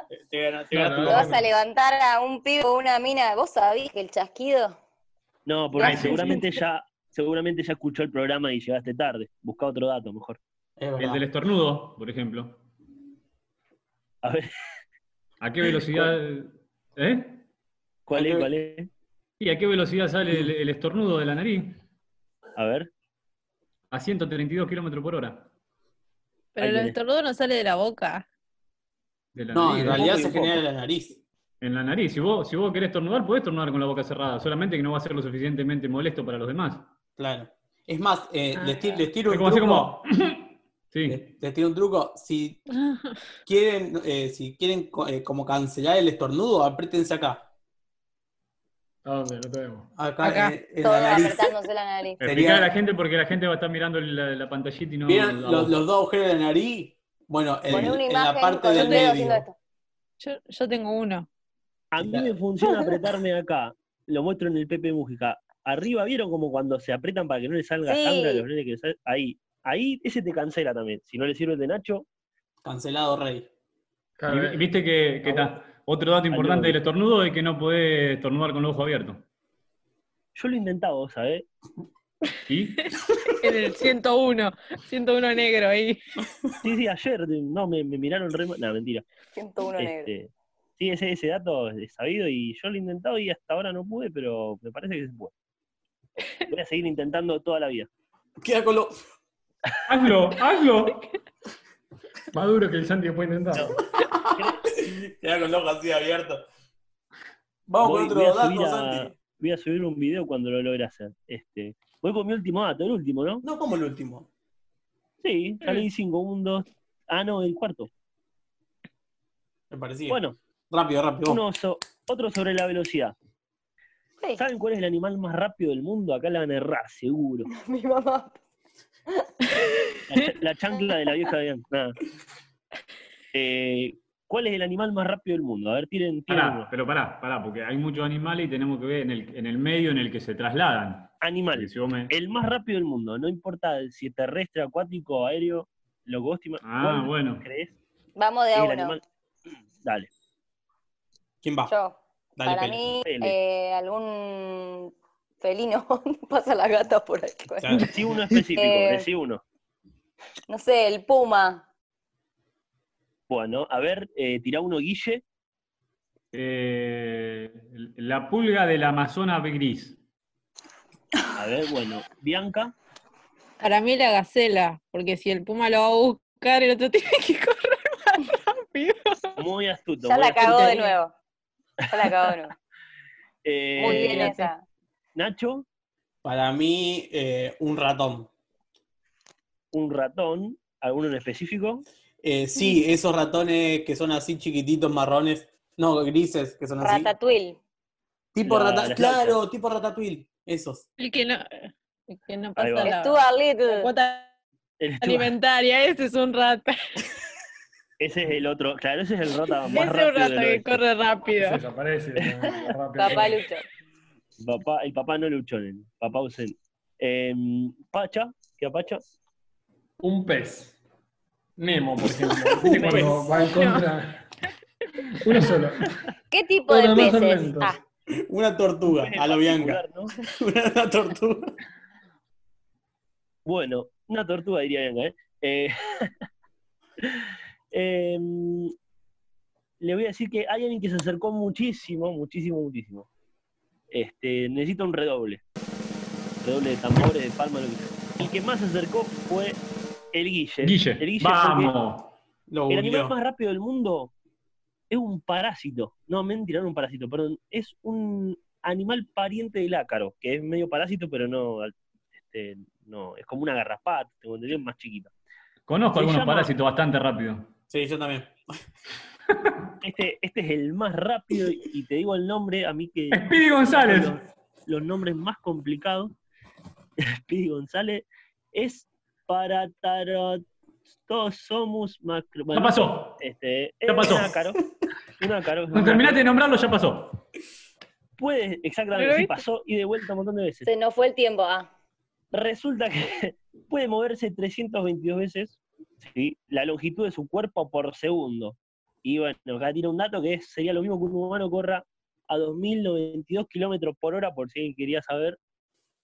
S8: Te- te gana- te
S7: No,
S8: ganaste
S7: no,
S8: un
S3: ¿Lo
S7: no.
S8: asado.
S3: vas a levantar a un pibe o una mina? ¿Vos sabés que el chasquido?
S4: No, porque
S9: Ah, sí,
S4: seguramente ya seguramente ya escuchó el programa y llegaste tarde. Busca otro dato mejor.
S8: Es
S9: el
S8: verdad.
S9: del estornudo, por ejemplo.
S4: A ver,
S9: ¿A qué velocidad? ¿Eh?
S4: ¿cuál es?
S8: Ok.
S4: ¿Cuál es?
S9: ¿Y a qué velocidad sale el, el estornudo de la nariz?
S4: A ver.
S9: A 132 kilómetros por hora.
S5: Pero
S4: Ahí
S5: el
S4: tenés.
S5: estornudo no sale de la boca.
S9: De la
S8: No,
S9: nariz,
S8: en
S9: ¿eh?
S8: realidad
S4: poco y
S8: se
S4: un poco.
S8: genera la nariz.
S9: En la nariz. Si vos, si vos querés estornudar, podés estornudar con la boca cerrada, solamente que no va a ser lo suficientemente molesto para los demás.
S8: Claro. Es más, eh,
S5: Ah.
S8: les, ti- les tiro
S9: Es
S8: un
S9: como así
S8: truco.
S9: como. Sí.
S8: Les, les tiro un truco. Si quieren, eh, si quieren co- eh, como cancelar el estornudo, apriétense acá.
S7: ¿A dónde? Lo tenemos.
S8: Acá, eh,
S5: Acá.
S8: en, en
S3: Todo
S8: la nariz.
S3: apretándose la nariz.
S8: Sería-
S9: Explicar a la gente porque la gente va a estar mirando la, la pantallita y no.
S8: ¿Vieron
S9: no-
S8: los, los dos agujeros de la nariz? Bueno, en,
S3: Poné una
S8: en la
S3: imagen
S8: parte
S3: con
S8: del
S3: un dedo haciendo
S8: medio.
S3: esto.
S5: Yo, yo tengo uno.
S4: A mí me funciona apretarme acá. Lo muestro en el Pepe Mújica. Arriba, ¿vieron como cuando se apretan para que no le salga
S3: Sí.
S4: sangre a los nenes que le sal- Ahí. Ahí ese te cancela también. Si no le sirve el de Nacho,
S8: Cancelado, Rey.
S9: Y
S7: eh,
S9: vi- viste que, que ta- otro dato importante del estornudo es que no podés estornudar con los ojos abiertos.
S4: yo lo he intentado, ¿sabes?
S9: ¿Y?
S5: En el 101. 101 negro ahí.
S4: Sí, sí, ayer, no, me, me miraron re mal. No, mentira.
S3: 101 negro.
S4: Este, sí, ese, ese dato es sabido y yo lo he intentado y hasta ahora no pude, pero me parece que se puede. Voy a seguir intentando toda la vida.
S8: Queda con lo.
S9: ¡Hazlo! ¡Hazlo!
S7: Más duro que el Santi después intentar.
S8: Queda con los ojos así abiertos. Vamos
S4: Voy-
S8: con otro
S4: voy a
S8: dato,
S4: subir a-
S8: Santi.
S4: Voy a subir un video cuando lo logre hacer. Este, voy con mi último dato, el último, ¿no?
S8: No como el último.
S4: Sí, ya le
S3: Mm.
S4: di cinco, un, dos. Ah, no, el cuarto.
S8: Me parecía.
S4: Bueno,
S8: Rápido, rápido.
S4: uno so- otro sobre la velocidad.
S3: Sí,
S4: ¿Saben cuál es el animal más rápido del mundo? Acá la van a errar, seguro.
S3: mi mamá.
S4: La, cha- la chancla de la vieja de antes, nada. Eh, ¿Cuál es el animal más rápido del mundo? A ver, tiren, tiren
S9: Pará,
S4: uno.
S9: pero pará, pará, porque hay muchos animales y tenemos que ver en el, en el medio en el que se trasladan. Porque
S4: Animal.
S9: si vos me-
S4: El más rápido del mundo. No importa si es terrestre, acuático, aéreo, lo que vos te ima-
S9: Ah,
S4: ¿cuál
S9: bueno.
S4: crees que
S3: Vamos de
S4: es
S3: a
S4: el
S3: uno.
S4: animal? Dale.
S8: ¿Quién va?
S3: Yo.
S8: Ah, Dale,
S3: Para
S8: Pele.
S3: mí,
S4: Pele.
S3: eh, algún felino pasa la gata por ahí.
S8: Claro.
S4: Decí uno específico,
S3: Eh.
S4: decí uno.
S3: No sé, el puma.
S4: Bueno, a ver, eh, tirá uno Guille.
S9: Eh, la pulga del Amazonas gris.
S4: A ver, bueno, Bianca.
S5: Para mí la gacela. Porque si el puma lo va a buscar, el otro tiene que correr más rápido.
S4: Muy astuto.
S3: Ya
S4: muy
S3: la
S4: astuto.
S3: cagó de
S5: bien.
S3: nuevo. Ya la cagó de nuevo.
S4: Eh,
S3: Muy bien
S5: Eh,
S8: ¿Ah,
S3: esa.
S4: Nacho,
S8: Para mí, eh, un ratón.
S4: un ratón. ¿Alguno en específico?
S8: Eh, sí, esos ratones que son así chiquititos, marrones, no, grises, que son así.
S3: Ratatouille.
S8: Tipo
S4: La-
S8: rata-
S4: las
S8: claro, tipo ratatouille, esos.
S5: El que no, el que no
S4: Ahí
S5: pasa
S4: va.
S5: la,
S3: Stuart
S5: la
S3: Little.
S5: cuota
S4: El-
S5: alimentaria, ese es un rata.
S4: ese es el otro. Claro, ese es el rata
S5: Ese
S4: más
S5: es eh.
S4: rápido.
S5: un rata
S4: del
S5: que
S4: oeste.
S5: corre rápido.
S7: Desaparece. también, rápido.
S3: Papá Lucho.
S4: Papá, el papá no luchón, papá ausente. Em, Pacha, ¿qué a Pacha?
S7: Un pez. Nemo, por ejemplo. ¿Viste
S8: Un
S7: cuando
S8: pez.
S7: va en contra? Uno solo.
S3: ¿Qué tipo de
S7: Bueno, más o
S3: peces?
S7: menos.
S3: Ah,
S8: Una tortuga, a la Bianca.
S4: Particular, ¿no?
S8: Una, una tortuga.
S4: Bueno, una tortuga diría Bianca, ¿eh? Eh, em, le voy a decir que hay alguien que se acercó muchísimo, muchísimo, muchísimo. Este, necesita un redoble. Redoble de tambores, de palma, lo que sea. El que más se acercó fue el Guille.
S9: Guille,
S4: El Guille
S9: vamos.
S8: Lo
S4: El animal
S8: googleó.
S4: más rápido del mundo es un parásito. No, mentira, no un parásito, perdón. Es un animal pariente del ácaro, que es medio parásito, pero no, este, no es como una garrapata, tengo entendido, más chiquita.
S9: Conozco
S4: Se
S9: algunos
S4: llama-
S9: parásitos bastante rápido.
S8: Sí, yo también.
S4: Este, este es el más rápido y te digo el nombre, a mí que
S9: Speedy González.
S4: los, los nombres más complicados, Speedy González, es Paratarotosomus macro.
S9: Ya
S4: bueno,
S9: pasó.
S4: este, es
S9: Ya pasó.
S4: un ácaro. Un ácaro. es un
S9: No
S4: ácaro.
S9: terminaste de nombrarlo, ya pasó.
S4: Puede, exactamente,
S5: ¿Pero
S4: sí
S5: viste?
S4: pasó y de vuelta un montón de veces.
S3: se nos fue el tiempo. Ah,
S4: Resulta que puede moverse 322 veces ¿sí? la longitud de su cuerpo por segundo. Y bueno, acá tiene un dato que es- sería lo mismo que un humano corra a 2.092 kilómetros por hora, por si alguien quería saber.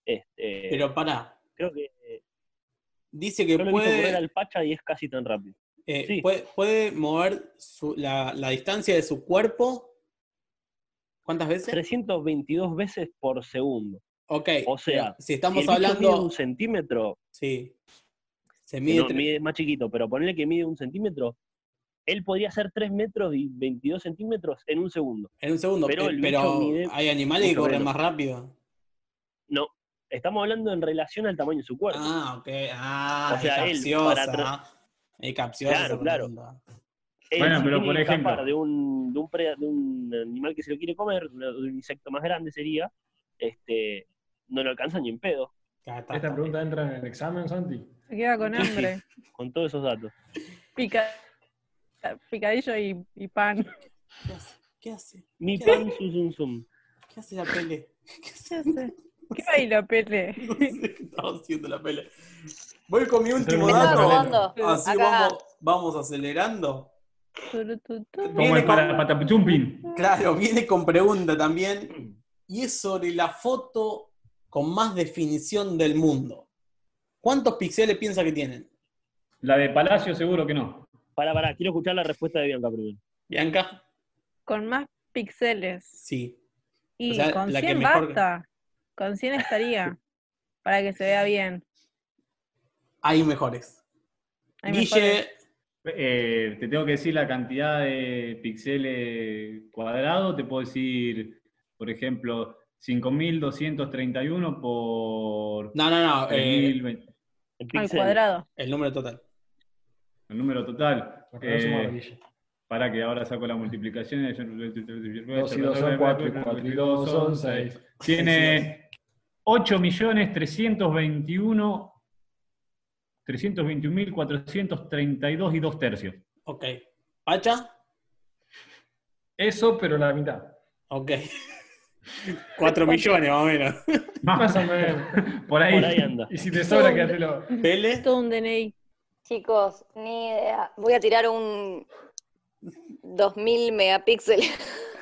S4: Este,
S8: Pero pará.
S4: creo que
S8: Dice que
S4: yo lo he visto correr
S8: puede,
S4: al Pacha y es casi tan rápido.
S8: eh,
S4: sí.
S8: puede, puede mover su- la, la distancia de su cuerpo. ¿Cuántas veces?
S4: 322 veces por segundo.
S8: Ok. eh,
S4: O sea,
S8: si
S4: Si
S8: estamos
S4: el bicho mide
S8: hablando.
S4: un centímetro,
S8: Sí. Se
S4: que
S8: mide.
S4: no,
S8: tre-
S4: mide más chiquito, pero ponerle que mide un centímetro, él podría hacer 3 metros y 22 centímetros en un segundo.
S8: En un segundo. pe-
S4: Pero
S8: Pero,
S4: el bicho mide
S8: hay animales que
S4: mucho
S8: corren
S4: menos.
S8: más rápido.
S4: No, estamos hablando en relación al tamaño de su cuerpo.
S8: Ah, ok. Ah,
S4: O sea,
S8: es
S4: él, para
S8: capciosa. Es capciosa
S4: Claro,
S8: esa
S4: claro.
S8: pregunta.
S4: Él,
S9: Bueno,
S4: si
S9: pero
S4: tiene
S9: por
S4: que
S9: ejemplo-
S4: escapar de un, de, un pre- de un animal que se lo quiere comer, de un insecto más grande sería, este, no lo alcanza ni en pedo,
S8: Acá está,
S7: ¿Esta
S8: está.
S7: pregunta entra en el examen, Santi?
S5: Se queda con
S4: Sí, sí.
S5: hambre.
S4: con todos esos datos.
S5: Pica, picadillo y, y pan.
S8: ¿Qué hace? ¿Qué hace?
S4: Mi
S8: ¿Qué?
S4: pan, su zum zum.
S8: ¿Qué hace la pele? ¿Qué hace?
S5: ¿Qué baila, Pele?
S8: No sé qué estaba haciendo la pele. Voy con mi último
S7: Estaba
S8: dato.
S3: jugando.
S8: Así
S3: Acá.
S8: vamos, vamos acelerando.
S5: Turu, tu, tu.
S9: Como el
S8: con-
S9: para patapuchumpin.
S8: Claro, viene con pregunta también. Y es sobre la foto con más definición del mundo. ¿Cuántos píxeles piensa que tienen?
S9: La de Palacio seguro que no.
S4: Para, para, quiero escuchar la respuesta de Bianca primero.
S8: Bianca.
S5: Con más píxeles.
S8: Sí.
S5: Y
S8: O sea,
S5: con
S8: la que
S5: 100
S8: mejor-
S5: basta. Con 100 estaría. Para que se vea bien.
S8: Hay mejores.
S5: Hay mejores.
S8: Guille,
S9: Eh, te tengo que decir la cantidad de píxeles cuadrados. Te puedo decir, por ejemplo, 5231 por
S8: no, no, no. eh,
S9: 3020.
S4: El
S5: al
S4: pixel.
S5: cuadrado.
S8: el número total.
S9: el número total.
S7: Lo que no suma
S9: Eh,
S7: la Guille.
S9: para que ahora saco la multiplicación.
S7: Dos y dos son cuatro, y cuatro y dos son seis.
S9: Tiene 8.321.432 321.432 y 2 tercios.
S8: Ok. ¿Pacha?
S7: Eso, pero la mitad.
S8: Ok. Cuatro millones más o menos.
S7: Más o menos.
S9: Por ahí.
S4: Por ahí anda.
S7: Y si te sobra, quédatelo.
S8: ¿Pele?
S5: Todo un DNI.
S3: chicos, ni idea. Voy a tirar un 2000 megapíxeles.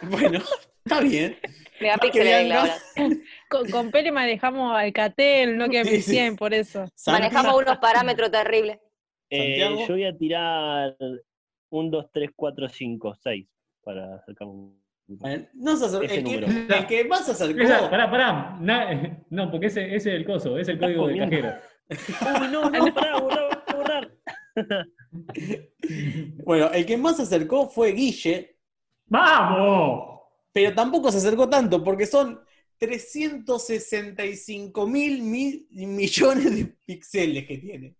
S8: Bueno, está bien.
S3: megapíxeles de la
S8: Bianca.
S3: hora.
S5: Con, con Pele manejamos Alcatel, no que
S8: Sí,
S5: mi
S8: sí.
S5: 100, por eso.
S8: Santi,
S3: Manejamos unos parámetros terribles.
S4: Eh,
S8: Santiago.
S4: yo voy a tirar un 2, 3, 4, 5, 6 para acercarme un...
S8: bueno, No se acer-
S4: Ese
S8: el, que,
S4: número.
S8: el que más se acercó.
S9: Esa- pará, pará. Na- no, porque ese, ese es el coso, es el
S4: Estás
S9: código de
S4: comiendo.
S9: cajero.
S4: Uy, no, no, pará, borrar, borrar.
S8: Bueno, el que más se acercó fue Guille,
S9: ¡Vamos!
S8: pero tampoco se acercó tanto porque son 365 mil millones de píxeles que tiene.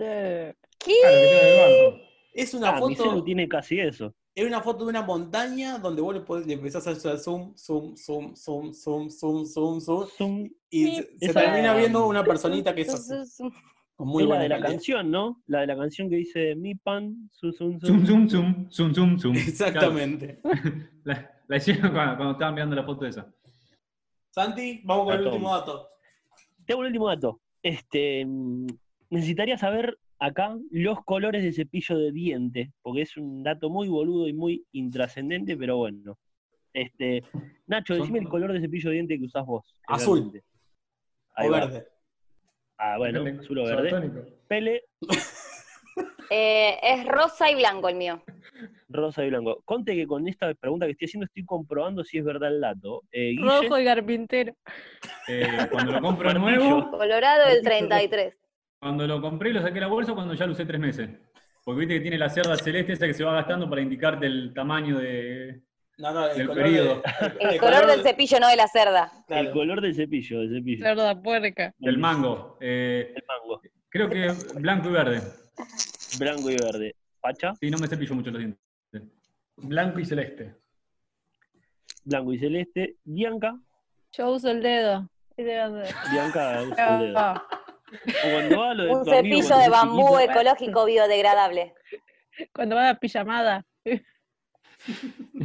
S5: Eh,
S7: Claro, que tengo en el banco.
S8: Es una
S4: Ah, mi celu
S8: foto.
S4: tiene casi eso.
S8: Es una foto de una montaña donde vos le, podés- le empezás a hacer zoom, zoom, zoom, zoom, zoom, zoom, zoom, zoom.
S4: Zoom.
S8: Y se, se
S4: Esa-
S8: termina viendo una personita que es así, con muy
S4: es la
S8: buena
S4: de la
S8: calidad.
S4: canción, ¿no? La de la canción que dice mi pan, su zum, zum".
S9: Zoom, zoom, zoom, zoom, zoom, zoom.
S8: Exactamente.
S9: Claro, la, la hicieron cuando, cuando estaban mirando la foto esa.
S8: Santi, vamos con el
S4: Dato.
S8: último dato.
S4: Te hago un último dato. Este, mm, necesitaría saber acá los colores de cepillo de diente, porque es un dato muy boludo y muy intrascendente, pero bueno. Este, Nacho,
S9: Son-
S4: decime el color de cepillo de diente que usás vos.
S8: Azul.
S4: generalmente. Ahí
S8: o
S4: va.
S8: verde.
S4: Ah, bueno,
S7: Depende-
S4: azul o verde.
S7: Sartónico.
S4: Pele,
S3: Eh, es rosa y blanco el mío.
S4: rosa y blanco. Conte que con esta pregunta que estoy haciendo estoy comprobando si es verdad el dato. Eh, Guille,
S5: Rojo y carpintero.
S9: Eh, cuando lo compro
S4: Martillo.
S9: nuevo,
S3: Colorado el 33.
S9: cuando lo compré lo saqué de la bolsa cuando ya lo usé tres meses. Porque viste que tiene la cerda celeste esa que se va gastando para indicarte el tamaño de...
S8: No, no, el
S9: Del
S8: color,
S9: periodo.
S8: de-
S3: El, color del cepillo, no de la cerda.
S8: claro.
S4: el color del cepillo, del cepillo.
S5: Cerda puerca.
S9: del mango. Eh,
S4: El mango.
S9: creo que blanco y verde.
S4: Blanco y verde. Pacha,
S9: Sí, no me cepillo mucho los dientes.
S7: Blanco y celeste.
S4: blanco y celeste. Bianca,
S5: Yo uso el dedo. El dedo de-
S4: Bianca usa el dedo.
S5: Ah,
S4: O cuando va a lo de
S3: Un
S4: tu amigo
S3: cepillo
S4: cuando
S3: de
S4: sos
S3: bambú
S4: chiquito,
S3: ecológico biodegradable.
S5: Cuando va a la pijamada.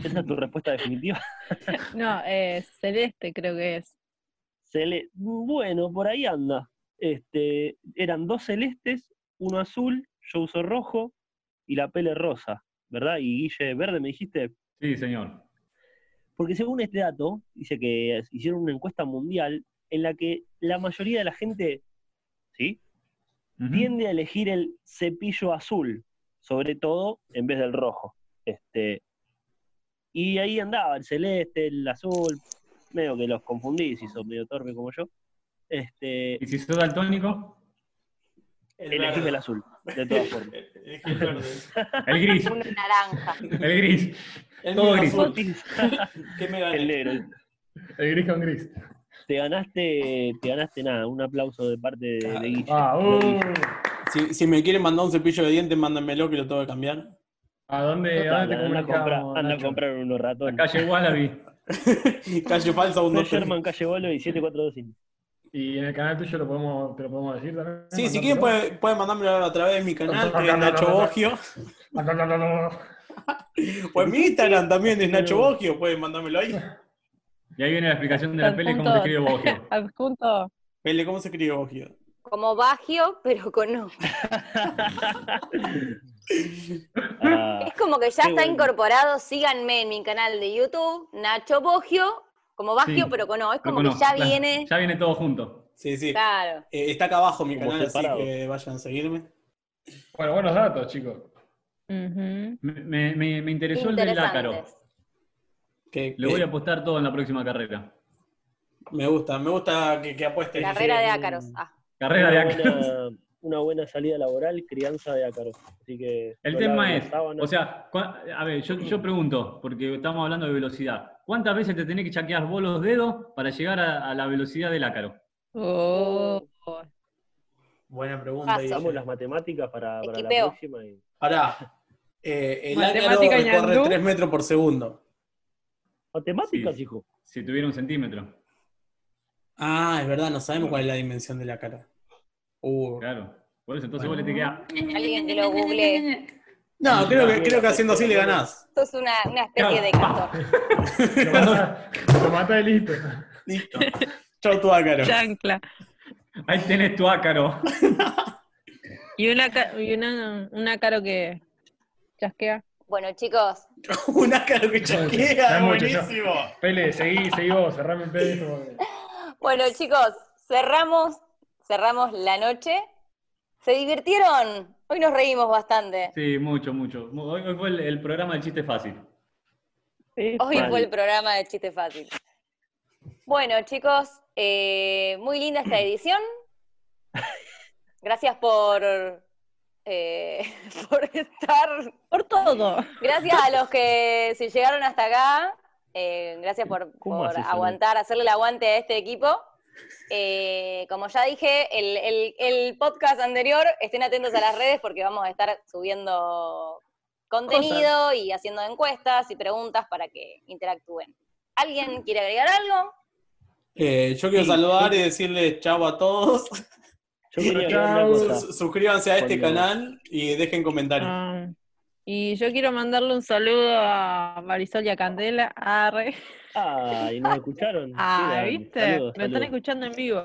S4: Esa es tu respuesta definitiva.
S5: No, eh, celeste creo que es.
S4: Cele- Bueno, por ahí anda. Este, eran dos celestes, uno azul, yo uso rojo y la pele rosa, ¿verdad? Y Guille verde me dijiste.
S9: Sí, señor.
S4: Porque según este dato, dice que hicieron una encuesta mundial en la que la mayoría de la gente, ¿sí?
S9: Ujú.
S4: tiende a elegir el cepillo azul, sobre todo en vez del rojo. Este, y ahí andaba el celeste, el azul, medio que los confundí si sos medio torpe como yo. Este,
S9: ¿Y si sos daltónico?
S8: El
S4: elegís
S8: verde.
S4: el azul, de todas formas.
S8: Elegí el verde.
S9: El gris,
S3: Una naranja.
S9: el gris,
S8: El
S9: Todo
S8: mío
S9: gris.
S8: azul. ¿Qué me
S4: el
S8: gané?
S4: negro.
S7: El gris con gris.
S4: Te ganaste, te ganaste nada, un aplauso de parte de, de Guille.
S7: Ah, uh.
S8: Si, si me quieren mandar un cepillo de dientes, mándenmelo que lo tengo que cambiar.
S7: ¿A dónde, a dónde
S4: Anda,
S7: te
S4: anda a comprar,
S7: comunicamos?
S4: anda a
S7: Nacho? Ah,
S4: comprar unos ratones.
S9: calle Wallaby.
S8: Calle falsa, un
S4: Soy
S8: dos, tres.
S4: Sherman Calle Bolo y 7425.
S7: Y en el canal tuyo lo podemos, te lo podemos decir también.
S8: Sí, si quieren
S7: Mandártelo.
S8: pueden, pueden mandármelo a través de mi canal, que es
S7: No, no, no,
S8: Nacho
S7: no, no.
S8: Bogio.
S7: Ah, Mandártelo.
S8: O en mi Instagram también es Nacho Bogio, pueden mandármelo ahí.
S9: Y ahí viene la explicación de la peli cómo se escribe Bogio.
S5: Adjunto.
S8: Pele, ¿cómo se escribe Bogio?
S3: Como bagio, pero con no.
S4: Ah,
S3: Es como que ya
S4: Qué
S3: está
S4: bueno.
S3: incorporado, síganme en mi canal de YouTube, Nacho Bogio, como Bagio,
S9: Sí,
S3: pero con O. Es
S9: Lo
S3: como que
S9: conozco,
S3: ya
S9: claro.
S3: viene.
S9: Ya viene todo junto.
S8: Sí, sí.
S3: Claro.
S8: Eh, está acá abajo mi
S4: Como
S8: canal, así
S4: separado.
S8: que vayan a seguirme.
S7: Bueno, buenos datos, chicos.
S5: Ujú.
S9: Me, me- me- me interesó el del lácaro.
S3: Interesantes.
S8: Que,
S9: Le
S8: que
S9: voy a apostar todo en la próxima carrera.
S8: Me gusta, me gusta que, que apuestes.
S3: Carrera de
S8: Lleguen-
S3: ácaros. Ah,
S9: Carrera de
S4: una,
S9: ácaros.
S4: buena, una buena salida laboral, crianza de ácaros. Así que
S9: El
S4: no
S9: tema
S4: laven la
S9: es,
S4: sábana.
S9: o sea, cua- a ver, yo, yo pregunto, porque estamos hablando de velocidad. ¿Cuántas veces te tenés que chaquear vos los dedos para llegar a, a la velocidad del ácaro?
S5: Oh.
S8: Buena pregunta.
S3: Paso.
S4: Vamos las matemáticas para, para la
S3: Equipeo.
S4: próxima. y-
S8: Pará. Eh, el ácaro
S5: Matemática
S8: recorre
S5: ñandú.
S8: 3 metros por segundo.
S4: Matemáticas,
S9: Sí.
S4: Oh, hijo.
S9: Si tuviera un centímetro.
S8: Ah, es verdad, no sabemos cuál es la dimensión del ácaro. Uh.
S9: Claro. Por eso, entonces vos le te quedás.
S3: alguien que lo google.
S8: No, creo que, creo que haciendo así le ganás.
S3: Esto es una, una especie de cantor.
S7: Lo matá, lo matá y listo.
S8: Listo. Chau tu ácaro.
S5: Chancla.
S9: Ahí tenés tu ácaro.
S5: Y una, ca- y una, una caro que chasquea.
S3: Bueno, chicos,
S8: Un ácaro que
S7: Ya
S8: chasquea,
S7: es
S8: es
S7: mucho, ya.
S8: buenísimo.
S7: Pele, seguí, seguí vos, cerrame el pele.
S3: bueno, chicos, cerramos, cerramos la noche. ¿Se divirtieron? Hoy nos reímos bastante.
S9: Sí, mucho, mucho. Mu- Hoy, hoy fue el, el programa del chiste fácil.
S3: Hoy
S4: Vale.
S3: fue el programa de Chiste Fácil. Bueno, chicos, eh, muy linda esta edición. Gracias por, eh, por estar.
S5: Por todo.
S3: Gracias a los que si llegaron hasta acá. eh, gracias por,
S4: ¿Cómo
S3: por
S4: haces, Ale?
S3: aguantar, hacerle el aguante a este equipo. Eh, como ya dije, el, el- el podcast anterior, estén atentos a las redes porque vamos a estar subiendo contenido y haciendo encuestas y preguntas para que interactúen. ¿Alguien quiere agregar algo?
S8: Eh, yo quiero
S4: Sí.
S8: saludar y decirles chau a todos.
S4: Yo quería
S7: Chau.
S4: agregar una cosa.
S8: Su- Suscríbanse a este
S4: Cuando-
S8: canal y dejen comentarios.
S5: Ah, y yo quiero mandarle un saludo a Marisol y a Candela. Arre.
S4: Ay, nos escucharon.
S5: Ah,
S4: Mira,
S5: ¿viste?
S4: saludos,
S5: Lo están
S4: saludos.
S5: escuchando en vivo.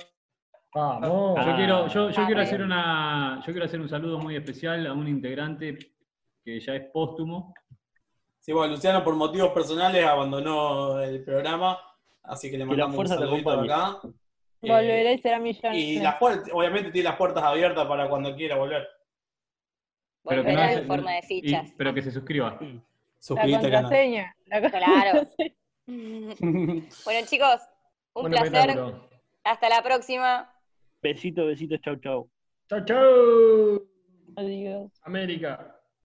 S7: Vamos.
S9: Yo
S4: Ah.
S9: quiero, yo, yo
S5: Ah,
S9: quiero
S5: bueno.
S9: hacer una, yo quiero hacer un saludo muy especial a un integrante que ya es póstumo.
S8: Sí, bueno, Luciano por motivos personales abandonó el programa, así que le
S4: la
S8: mandamos un
S4: fuerza te
S8: saludito
S4: acompañe.
S8: acá. Eh,
S5: Volveré y será millonario.
S8: y las puertas, obviamente tiene las puertas abiertas para cuando quiera volver.
S9: Pero que
S3: Volver
S9: no
S3: a
S9: es-
S3: en forma de
S9: y-
S3: fichas.
S9: pero que se suscriba.
S5: La
S8: Suscríbete al canal.
S5: contraseña. La
S3: Claro.
S5: contraseña.
S3: bueno, chicos, un
S7: Bueno, pues,
S3: placer.
S7: espectáculo.
S3: Hasta la próxima.
S4: Besito, besito, chau, chau.
S7: Chau, chau.
S5: Adiós.
S7: América.